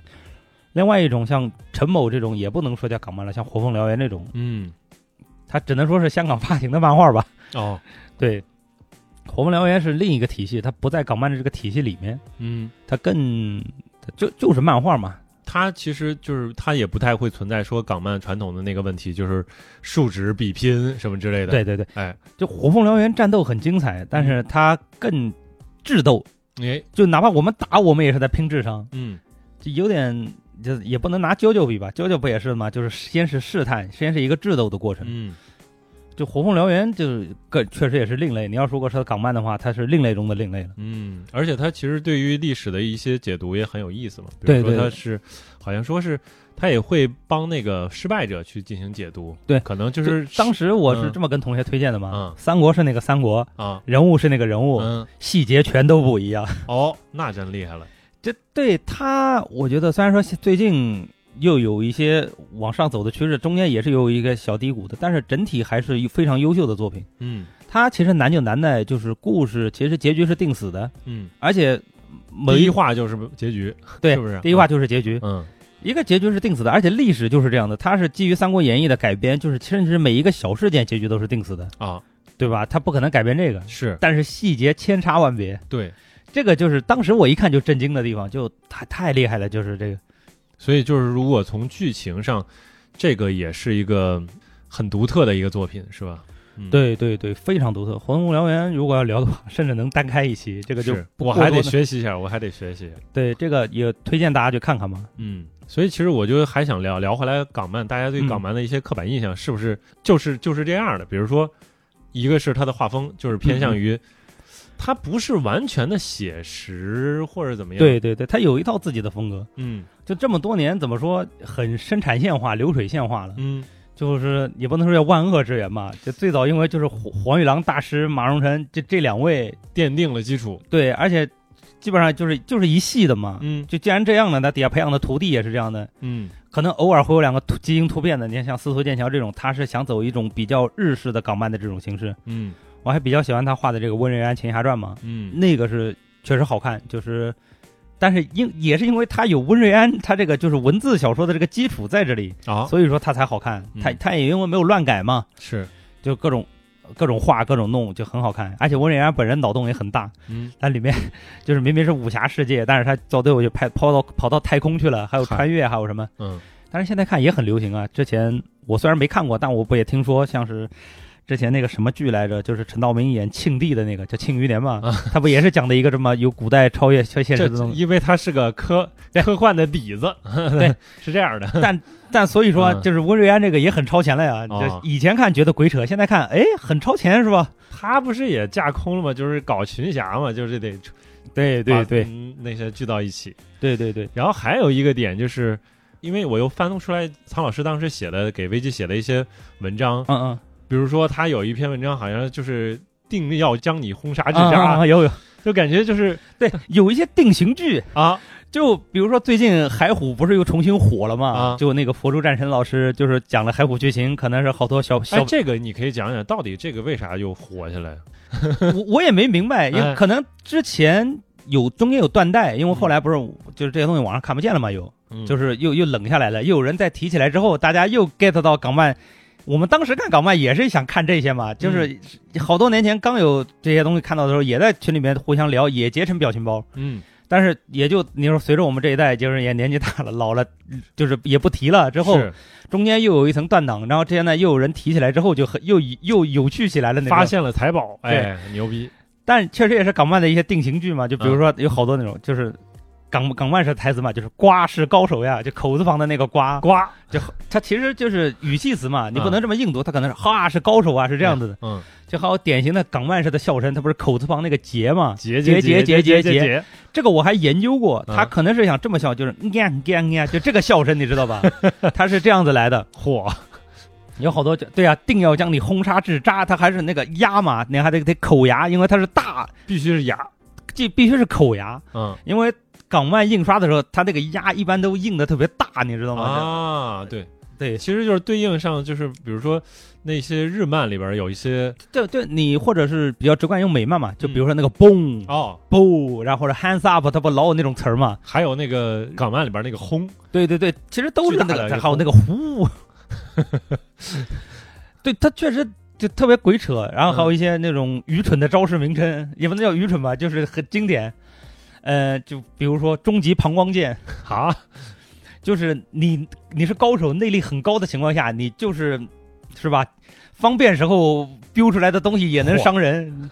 另外一种像陈某这种也不能说叫港漫了，像《火凤燎原》这种，嗯他只能说是香港发行的漫画吧。哦对，《火凤燎原》是另一个体系，它不在港漫的这个体系里面，嗯，它更它就就是漫画嘛。它其实就是它也不太会存在说港漫传统的那个问题，就是数值比拼什么之类的，对对对，哎，就《火凤燎原》战斗很精彩，但是它更智斗，哎，就哪怕我们打，我们也是在拼智商。嗯就有点，就是也不能拿啾啾比吧，啾啾不也是吗？就是先是试探，先是一个智斗的过程。嗯就《火凤燎原》就是个确实也是另类。你要说过是港漫的话，它是另类中的另类了。嗯，而且它其实对于历史的一些解读也很有意思嘛，比对如说对它对是好像说是它也会帮那个失败者去进行解读，对可能就就是当时我是嗯这么跟同学推荐的嘛，嗯三国是那个三国，啊，人物是那个人物，嗯，细节全都不一样。哦，那真厉害了，这对他，我觉得虽然说最近又有一些往上走的趋势，中间也是有一个小低谷的，但是整体还是非常优秀的作品。嗯它其实难就难在就是故事，其实结局是定死的，嗯，而且某第一一话就是结局，对是不是第一话就是结局，嗯一个结局是定死的，而且历史就是这样的，它是基于《三国演义》的改编，就是甚至每一个小事件结局都是定死的，啊，对吧？它不可能改变这个，是但是细节千差万别，对，这个就是当时我一看就震惊的地方，就太太厉害了，就是这个，所以就是如果从剧情上，这个也是一个很独特的一个作品，是吧？嗯，对对对，非常独特。《黄龙燎原》如果要聊的话，甚至能单开一期，这这个就不我过还多得的学习一下，我还得学习一下。对这个也推荐大家去看看嘛。嗯，所以其实我就还想聊聊回来港漫，大家对嗯港漫的一些刻板印象是不是就是就是这样的？比如说，一个是它的画风就是偏向嗯于，它不是完全的写实或者怎么样。，对对对，它有一套自己的风格，嗯就这么多年怎么说，很生产线化、流水线化了。嗯就是也不能说叫万恶之源吧，就最早因为就是黄黄玉郎大师、马荣成这这两位，奠定了基础。对，而且基本上就是就是一系的嘛。嗯就既然这样呢，那底下培养的徒弟也是这样的，嗯可能偶尔会有两个突基因突变的。你看像司徒剑桥这种，他是想走一种比较日式的港漫的这种形式。嗯我还比较喜欢他画的这个《温仁安群侠传》嘛，嗯那个是确实好看，就是。但是因也是因为他有温瑞安，他这个就是文字小说的这个基础在这里，啊所以说他才好看。他嗯他也因为没有乱改嘛，是就各种各种画各种弄，就很好看。而且温瑞安本人脑洞也很大，嗯它里面 就是明明是武侠世界，但是他到最后就拍抛到跑到太空去了，还有嗨穿越，还有什么？嗯但是现在看也很流行啊。之前我虽然没看过，但我不也听说像是。之前那个什么剧来着，就是陈道明演庆帝的那个叫《庆余年》嘛，他不也是讲的一个这么有古代超越超现这实的东西？因为它是个科对科幻的底子， 对，是这样的。但所以说，嗯就是温瑞安这个也很超前了呀。哦就以前看觉得鬼扯，现在看哎很超前是吧？他不是也架空了吗？就是搞群侠嘛，就是得对把嗯那些聚到一起。对对对，然后还有一个点就是，因为我又翻出来苍老师当时写的给危机写的一些文章，嗯嗯，比如说他有一篇文章好像就是定要将你轰杀至啊啊杀，啊有有 就感觉就是对，有一些定型剧，啊，就比如说最近海虎不是又重新火了嘛？啊就那个佛珠战神老师就是讲了海虎剧情，可能是好多小小、哎，这个你可以讲讲到底这个为啥又火起来？我我也没明白，因哎为可能之前有中间有断代，因为后来不是就是这些东西网上看不见了嘛，有嗯，就是是又又冷下来了，又有人再提起来之后，大家又 get 到港漫。我们当时看港漫也是想看这些嘛，就是好多年前刚有这些东西看到的时候，也在群里面互相聊，也截成表情包。嗯但是也就你说，随着我们这一代就是也年纪大了、老了，就是也不提了。之后是中间又有一层断档，然后现在又有人提起来之后，就很又又有趣起来了那种。发现了财宝，哎，牛逼，嗯但确实也是港漫的一些定型剧嘛，就比如说有好多那种，就是港港漫是台词嘛，就是“瓜是高手呀”，就口字旁的那个“瓜瓜”，就它其实就是语气词嘛，你不能这么硬读，它可能是“哈是高手啊”，是这样子的，嗯，就好典型的港漫式的笑声，它不是口字旁那个“节”嘛，节节节节节节节，这个我还研究过，嗯他可能是想这么笑，就是呀呀呀，就这个笑声，你知道吧？ 他是这样子来的。嚯，有好多对啊，定要将你轰杀至渣，他还是那个压嘛，你还得得口牙，因为它是大，必须是哑，这必须是口牙，嗯因为港漫印刷的时候，它那个压一般都印的特别大，你知道吗？啊，对，对其实就是对应上就是比如说那些日漫里边有一些对对，你或者是比较直观用美漫嘛，嗯就比如说那个嘣哦，嘣，然后或者 hands up，它不老有那种词儿嘛？还有那个港漫里边那个轰，对对对，其实都是那巨大的一个，个还有那个呼， 对他确实就特别鬼扯，然后嗯还有一些那种愚蠢的招式名称，也不能叫愚蠢吧，就是很经典。呃，就比如说终极膀胱剑，啊，就是你你是高手，内力很高的情况下，你就是是吧？方便时候丢出来的东西也能嚯伤人。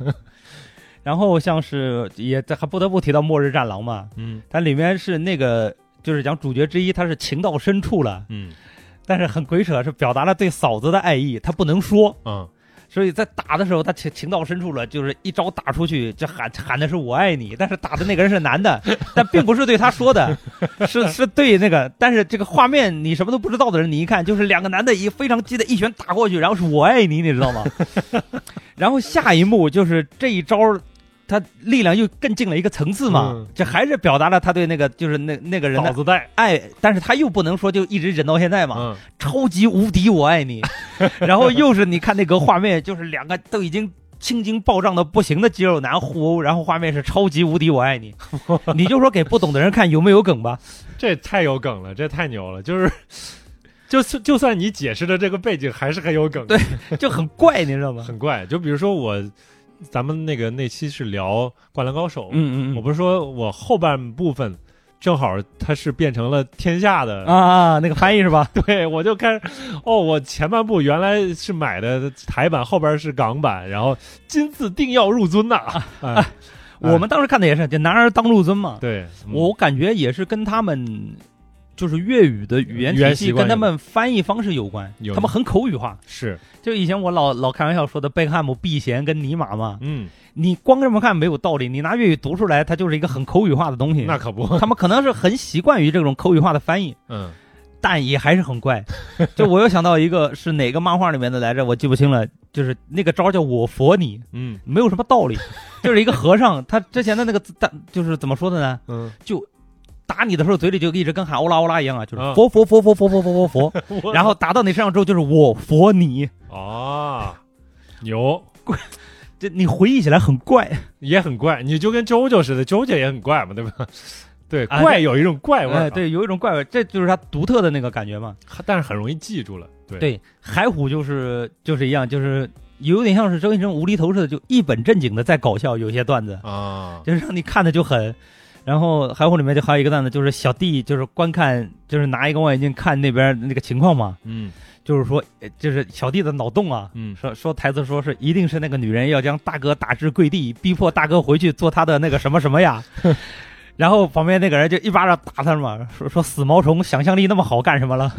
然后像是也这还不得不提到《末日战狼》嘛，嗯它里面是那个就是讲主角之一，他是情到深处了，嗯但是很鬼扯，是表达了对嫂子的爱意，他不能说，嗯，所以在打的时候，他情情到深处了，就是一招打出去，就喊喊的是我爱你，但是打的那个人是 男的，但并不是对他说的，是是对那个，但是这个画面你什么都不知道的人，你一看就是两个男的以非常激的一拳打过去，然后是我爱你，你 知道吗？然后下一幕就是这一招。他力量又更进了一个层次嘛嗯，这还是表达了他对那个就是那那个人脑的子带爱，但是他又不能说就一直忍到现在嘛，嗯超级无敌我爱 你，然后又是你看那个画面，就是两个都已经青筋暴胀的不行的肌肉男互殴，然后画面是超级无敌我 爱你，你就说给不懂的人看有没有梗吧？这太有梗了，这太牛了，就是。就算就算你解释的这个背景还是很有梗的，就很怪，你知道吗？很怪。就比如说我，咱们那个那期是聊《灌篮高手》，嗯我不是说我后半部分正好它是变成了天下的，啊，那个翻译是吧？ 对我就开始，哦，我前半部原来是买的台版，后边是港版，然后今次定要入尊呐、啊哎我们当时看的也是，就男儿当入樽嘛。对，嗯我感觉也是跟他们就是粤语的语言语言体系习惯跟他们翻译方式有关有，他们很口语化。是，就以前我老老开玩笑说的贝克汉姆避嫌跟尼玛嘛，嗯，你光这么看没有道理，你拿粤语读出来，它就是一个很口语化的东西。那可 不，他们可能是很习惯于这种口语化的翻译，嗯但也还是很怪。就我又想到一个是哪个漫画里面的来着，我记不清了，就是那个招叫我佛你，嗯没有什么道理，就是一个和尚，他之前的那个字，但就是怎么说的呢？嗯，打你的时候嘴里就一直跟喊欧拉欧拉一样啊，就是嗯佛佛佛佛佛佛佛 佛佛，我然后打到你身上之后就是我佛你，啊，牛这你回忆起来很怪。也很怪，你就跟 JoJo 似的，JoJo 也很怪嘛，对吧？对，啊怪对有一种怪味儿、啊哎，，对，有一种怪味，这就是他独特的那个感觉嘛。但是很容易记住了，对，对，海虎就是就是一样，就是有点像是周星驰无厘头似的，就一本正经的在搞笑，有些段子啊，就是让你看的就很。然后海虎里面就还有一个段子，就是小弟就是观看，就是拿一个望远镜看那边那个情况嘛，嗯就是说，呃就是小弟的脑洞啊，嗯，说说台词说是一定是那个女人要将大哥打至跪地，逼迫大哥回去做他的那个什么什么呀。然后旁边那个人就一巴掌打他嘛，说说死毛虫想象力那么好干什么了？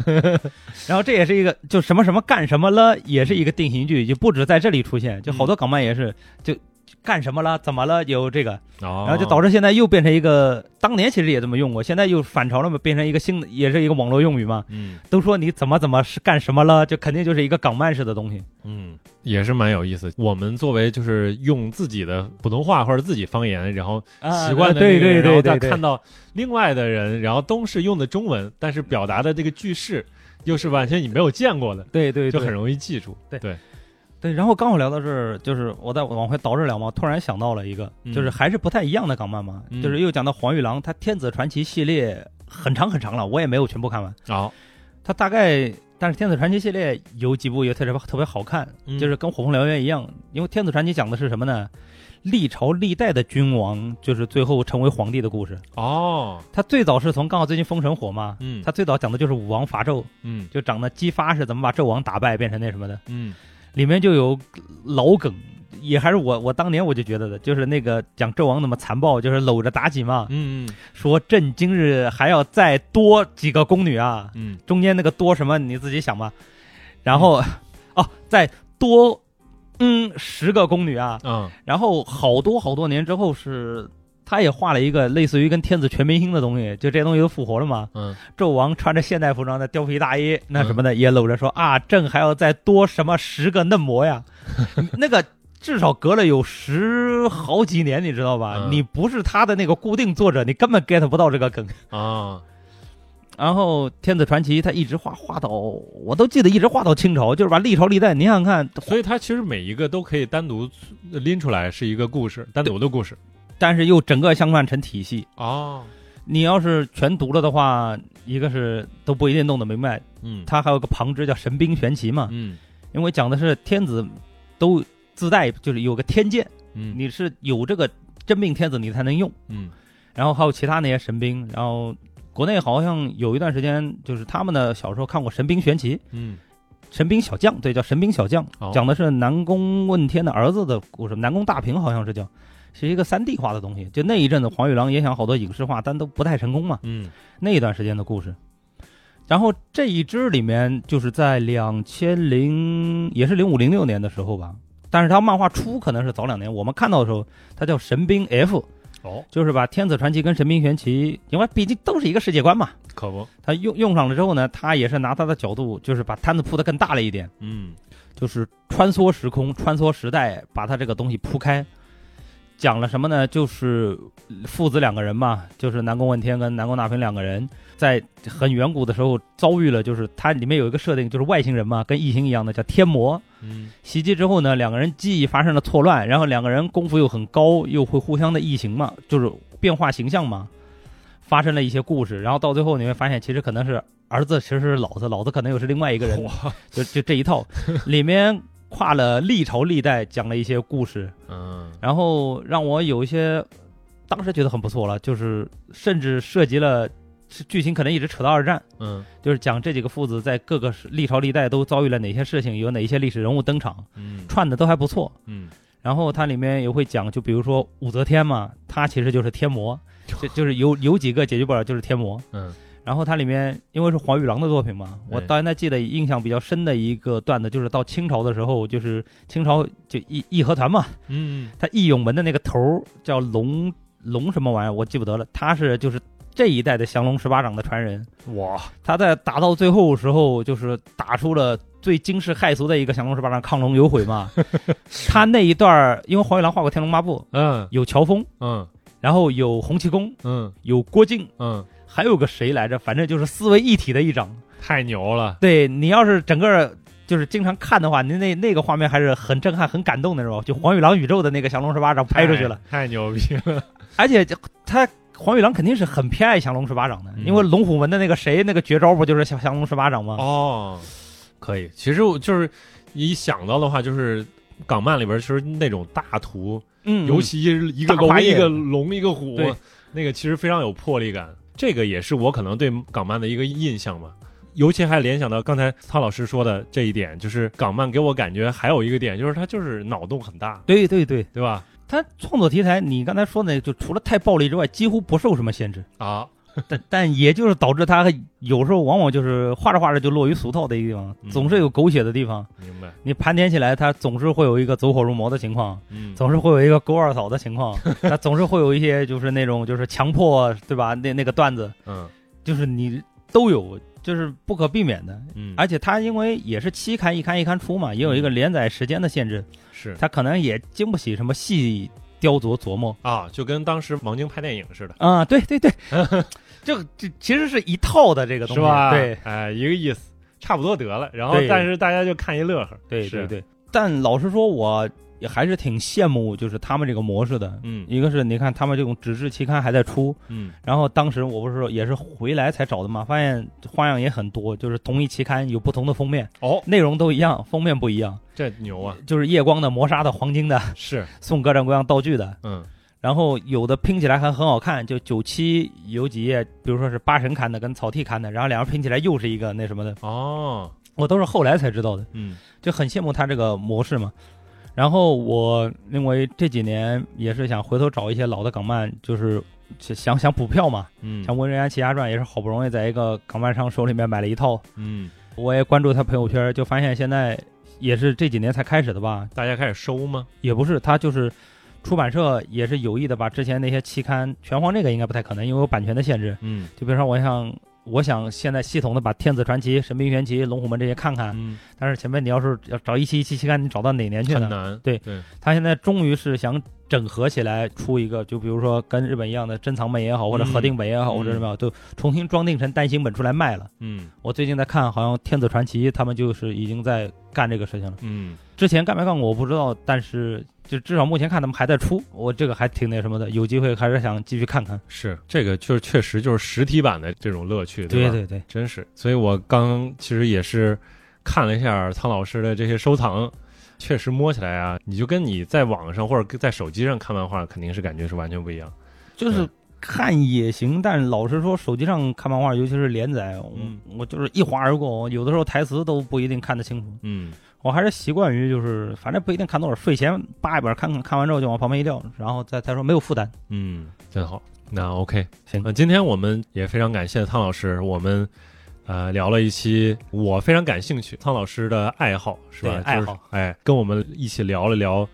然后这也是一个就什么什么干什么了，也是一个定型句，就不止在这里出现，就好多港漫也是就干什么了怎么了有这个，然然后就导致现在又变成一个当年其实也这么用过，现在又反潮了嘛，变成一个新的也是一个网络用语嘛，嗯。都说你怎么怎么是干什么了，就肯定就是一个港漫式的东西。嗯，也是蛮有意思。我们作为就是用自己的普通话或者自己方言，然后啊习惯的那对个人、对然后对再对对，看到另外的人，然后都是用的中文，但是表达的这个句式又是完全你没有见过的，对对就很对容易记住。对对，对。然后刚好聊到这儿，就是我再往回倒着聊嘛，突然想到了一个，嗯就是还是不太一样的港漫嘛，嗯就是又讲到黄玉郎，他《天子传奇》系列很长很长了，我也没有全部看完，好、他大概。但是《天子传奇》系列有几部也特别特别好看，嗯就是跟《火凤燎原》一样，因为《天子传奇》讲的是什么呢？历朝历代的君王就是最后成为皇帝的故事。哦，他最早是从刚好最近封神火嘛，嗯他最早讲的就是武王伐纣，嗯就讲的姬发是怎么把纣王打败变成那什么的。嗯里面就有老梗，也还是我我当年我就觉得的，就是那个讲纣王那么残暴，就是搂着妲己嘛，嗯嗯说朕今日还要再多几个宫女啊，嗯，中间那个多什么你自己想吧。然后，哦，再多嗯十个宫女啊，啊然后好多好多年之后是。他也画了一个类似于跟天子全明星的东西，就这些东西都复活了嘛。嗯，纣王穿着现代服装的貂皮大衣，那什么的、也搂着说啊，朕还要再多什么十个嫩模 呀，那个至少隔了有十好几年，你知道吧？嗯你不是他的那个固定作者，你根本 get 不到这个梗。啊， 然后《天子传奇》他一直画画到，我都记得一直画到清朝，就是吧？历朝历代，你想想看，所以它其实每一个都可以单独拎出来是一个故事，单独的故事但是又整个相反成体系。哦，你要是全读了的话，一个是都不一定弄得明白，嗯它还有个旁支叫神兵玄奇嘛，嗯因为讲的是天子都自带就是有个天剑，嗯你是有这个真命天子你才能用，嗯然后还有其他那些神兵，然后国内好像有一段时间就是他们的小时候看过神兵玄奇，嗯，神兵小将，对，叫神兵小将，哦讲的是南宫问天的儿子的故事，南宫大平好像是叫，是一个三 D 化的东西。就那一阵子，黄玉郎也想好多影视化，但都不太成功嘛。嗯那一段时间的故事，然后这一支里面就是在两千零也是零五零六年的时候吧，但是他漫画出可能是早两年，我们看到的时候，它叫神兵 F，哦，就是把天子传奇跟神兵玄奇，因为毕竟都是一个世界观嘛。可不，他用用上了之后呢，他也是拿他的角度，就是把摊子铺得更大了一点。嗯就是穿梭时空、穿梭时代，把它这个东西铺开。讲了什么呢？就是父子两个人嘛，就是南宫问天跟南宫大平两个人，在很远古的时候遭遇了，就是它里面有一个设定，就是外星人嘛，跟异形一样的叫天魔嗯袭击之后呢，两个人记忆发生了错乱，然后两个人功夫又很高，又会互相的异形嘛，就是变化形象嘛，发生了一些故事，然后到最后你会发现，其实可能是儿子其实是老子，老子可能又是另外一个人，哇，就就这一套，里面跨了历朝历代，讲了一些故事，嗯然后让我有一些当时觉得很不错了，就是甚至涉及了是剧情，可能一直扯到二战，嗯就是讲这几个父子在各个时历朝历代都遭遇了哪些事情，有哪一些历史人物登场，嗯串的都还不错。嗯然后它里面也会讲，就比如说武则天嘛，她其实就是天魔，就就是有有几个解决不了就是天魔。嗯然后它里面因为是黄玉郎的作品嘛，我对到现在记得印象比较深的一个段子，就是到清朝的时候，就是清朝就义义和团嘛，嗯他义勇门的那个头儿叫龙龙什么玩意儿，我记不得了，他是就是这一代的降龙十八掌的传人，哇，他在打到最后的时候，就是打出了最惊世骇俗的一个降龙十八掌亢龙有悔 嘛，他那一段儿因为黄玉郎画过《天龙八部》，嗯有乔峰，嗯然后有洪七公，嗯有郭靖。嗯，还有个谁来着？反正就是四位一体的一掌，太牛了，对你要是整个就是经常看的话，您那那个画面还是很震撼、很感动的那种。就黄玉郎宇宙的那个降龙十八掌拍出去了，太，太牛逼了，而且就他黄玉郎肯定是很偏爱降龙十八掌的，嗯因为龙虎门的那个谁那个绝招不就是降降龙十八掌吗？哦，可以。其实我就是一想到的话，就是港漫里边其实那种大图，嗯，尤其一个大跨龙页一个龙一个虎对，那个其实非常有魄力感。这个也是我可能对港漫的一个印象吧。尤其还联想到刚才汤老师说的这一点，就是港漫给我感觉还有一个点，就是它就是脑洞很大，对对对，对吧？他创作题材你刚才说的那就除了太暴力之外，几乎不受什么限制，啊，但但也就是导致他有时候往往就是画着画着就落于俗套的一个地方，嗯总是有狗血的地方。明白。你盘点起来，他总是会有一个走火入魔的情况。嗯，总是会有一个勾二嫂的情况， 那总是会有一些就是那种就是强迫对吧？那那个段子嗯就是你都有，就是不可避免的。嗯，而且它因为也是期刊一刊一刊出嘛，也有一个连载时间的限制，是它可能也经不起什么细雕琢琢磨。啊，就跟当时王晶拍电影似的，啊、对对 对，这个这其实是一套的这个东是西，吧？对，哎，一个意思，差不多得了。然后对，但是大家就看一乐呵。对是对，对。但老实说，我也还是挺羡慕就是他们这个模式的。嗯一个是你看他们这种纸质期刊还在出，嗯然后当时我不是说也是回来才找的嘛，发现花样也很多，就是同一期刊有不同的封面，哦，内容都一样，封面不一样，这牛啊！就是夜光的、磨砂的、黄金的， 是，送各种各样道具的。嗯然后有的拼起来还很好看，就九七有几页，比如说是八神刊的跟草剃刊的，然后两个拼起来又是一个那什么的，哦，我都是后来才知道的，嗯就很羡慕他这个模式嘛。然后我因为这几年也是想回头找一些老的港漫，就是想想补票嘛，嗯像《温人安奇侠传》也是好不容易在一个港漫商手里面买了一套，嗯，我也关注他朋友圈，就发现现在也是这几年才开始的吧，大家开始收吗？也不是他就是出版社也是有意的把之前那些期刊拳皇这个应该不太可能，因为有版权的限制，嗯就比如说我想。我想现在系统的把《天子传奇》《神兵玄奇》《龙虎门》这些看看，嗯，但是前面你要是要找一期一期期刊，你找到哪年去很呢？难，对对，他现在终于是想整合起来出一个，就比如说跟日本一样的珍藏本也好，或者嗯合订本也好，嗯或者什么样，就重新装订成单行本出来卖了。嗯我最近在看，好像《天子传奇》他们就是已经在干这个事情了。嗯之前干没干过我不知道，但是就至少目前看他们还在出，我这个还挺那什么的，有机会还是想继续看看。是这个就是确实就是实体版的这种乐趣，吧？对对，真是。所以我刚其实也是看了一下苍老师的这些收藏，确实摸起来啊，你就跟你在网上或者在手机上看漫画，肯定是感觉是完全不一样。就是对。看也行，但是老实说，手机上看漫画，尤其是连载，我、嗯我就是一划而过，我有的时候台词都不一定看得清楚。嗯我还是习惯于就是，反正不一定看多少，睡前扒一本看看，看完之后就往旁边一撂，然后再再说没有负担。嗯，真好。那 OK，行呃今天我们也非常感谢苍老师，我们。呃，聊了一期我非常感兴趣，苍老师的爱好是吧？对就是爱好，哎，跟我们一起聊了聊，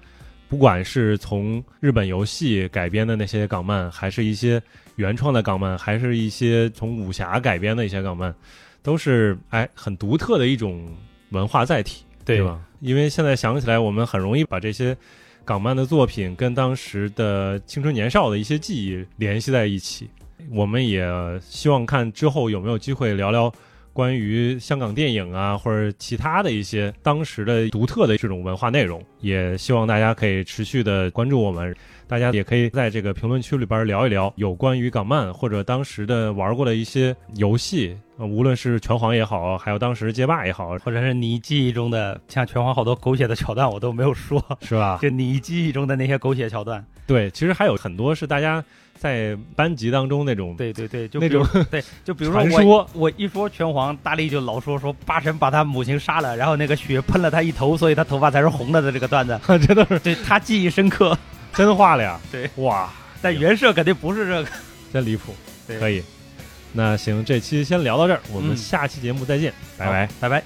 不管是从日本游戏改编的那些港漫，还是一些原创的港漫，还是一些从武侠改编的一些港漫，都是哎很独特的一种文化载体，对吧？因为现在想起来，我们很容易把这些港漫的作品跟当时的青春年少的一些记忆联系在一起。我们也希望看之后有没有机会聊聊关于香港电影啊，或者其他的一些当时的独特的这种文化内容，也希望大家可以持续的关注我们。大家也可以在这个评论区里边聊一聊有关于港漫或者当时的玩过的一些游戏，呃无论是拳皇也好，还有当时街霸也好，或者是你记忆中的，像拳皇好多狗血的桥段我都没有说， 是吧？就你记忆中的那些狗血桥段。对，其实还有很多是大家在班级当中那种对对对，就那比如 对，就比如说传我说我一说拳皇，大力就老说说八神把他母亲杀了，然后那个血喷了他一头，所以他头发才是红的的这个段子， 真的是对他记忆深刻。真话了呀！对，哇，但原设肯定不是这个。真离谱，对可以。那行，这期先聊到这儿，我们嗯下期节目再见，拜拜。好，拜拜。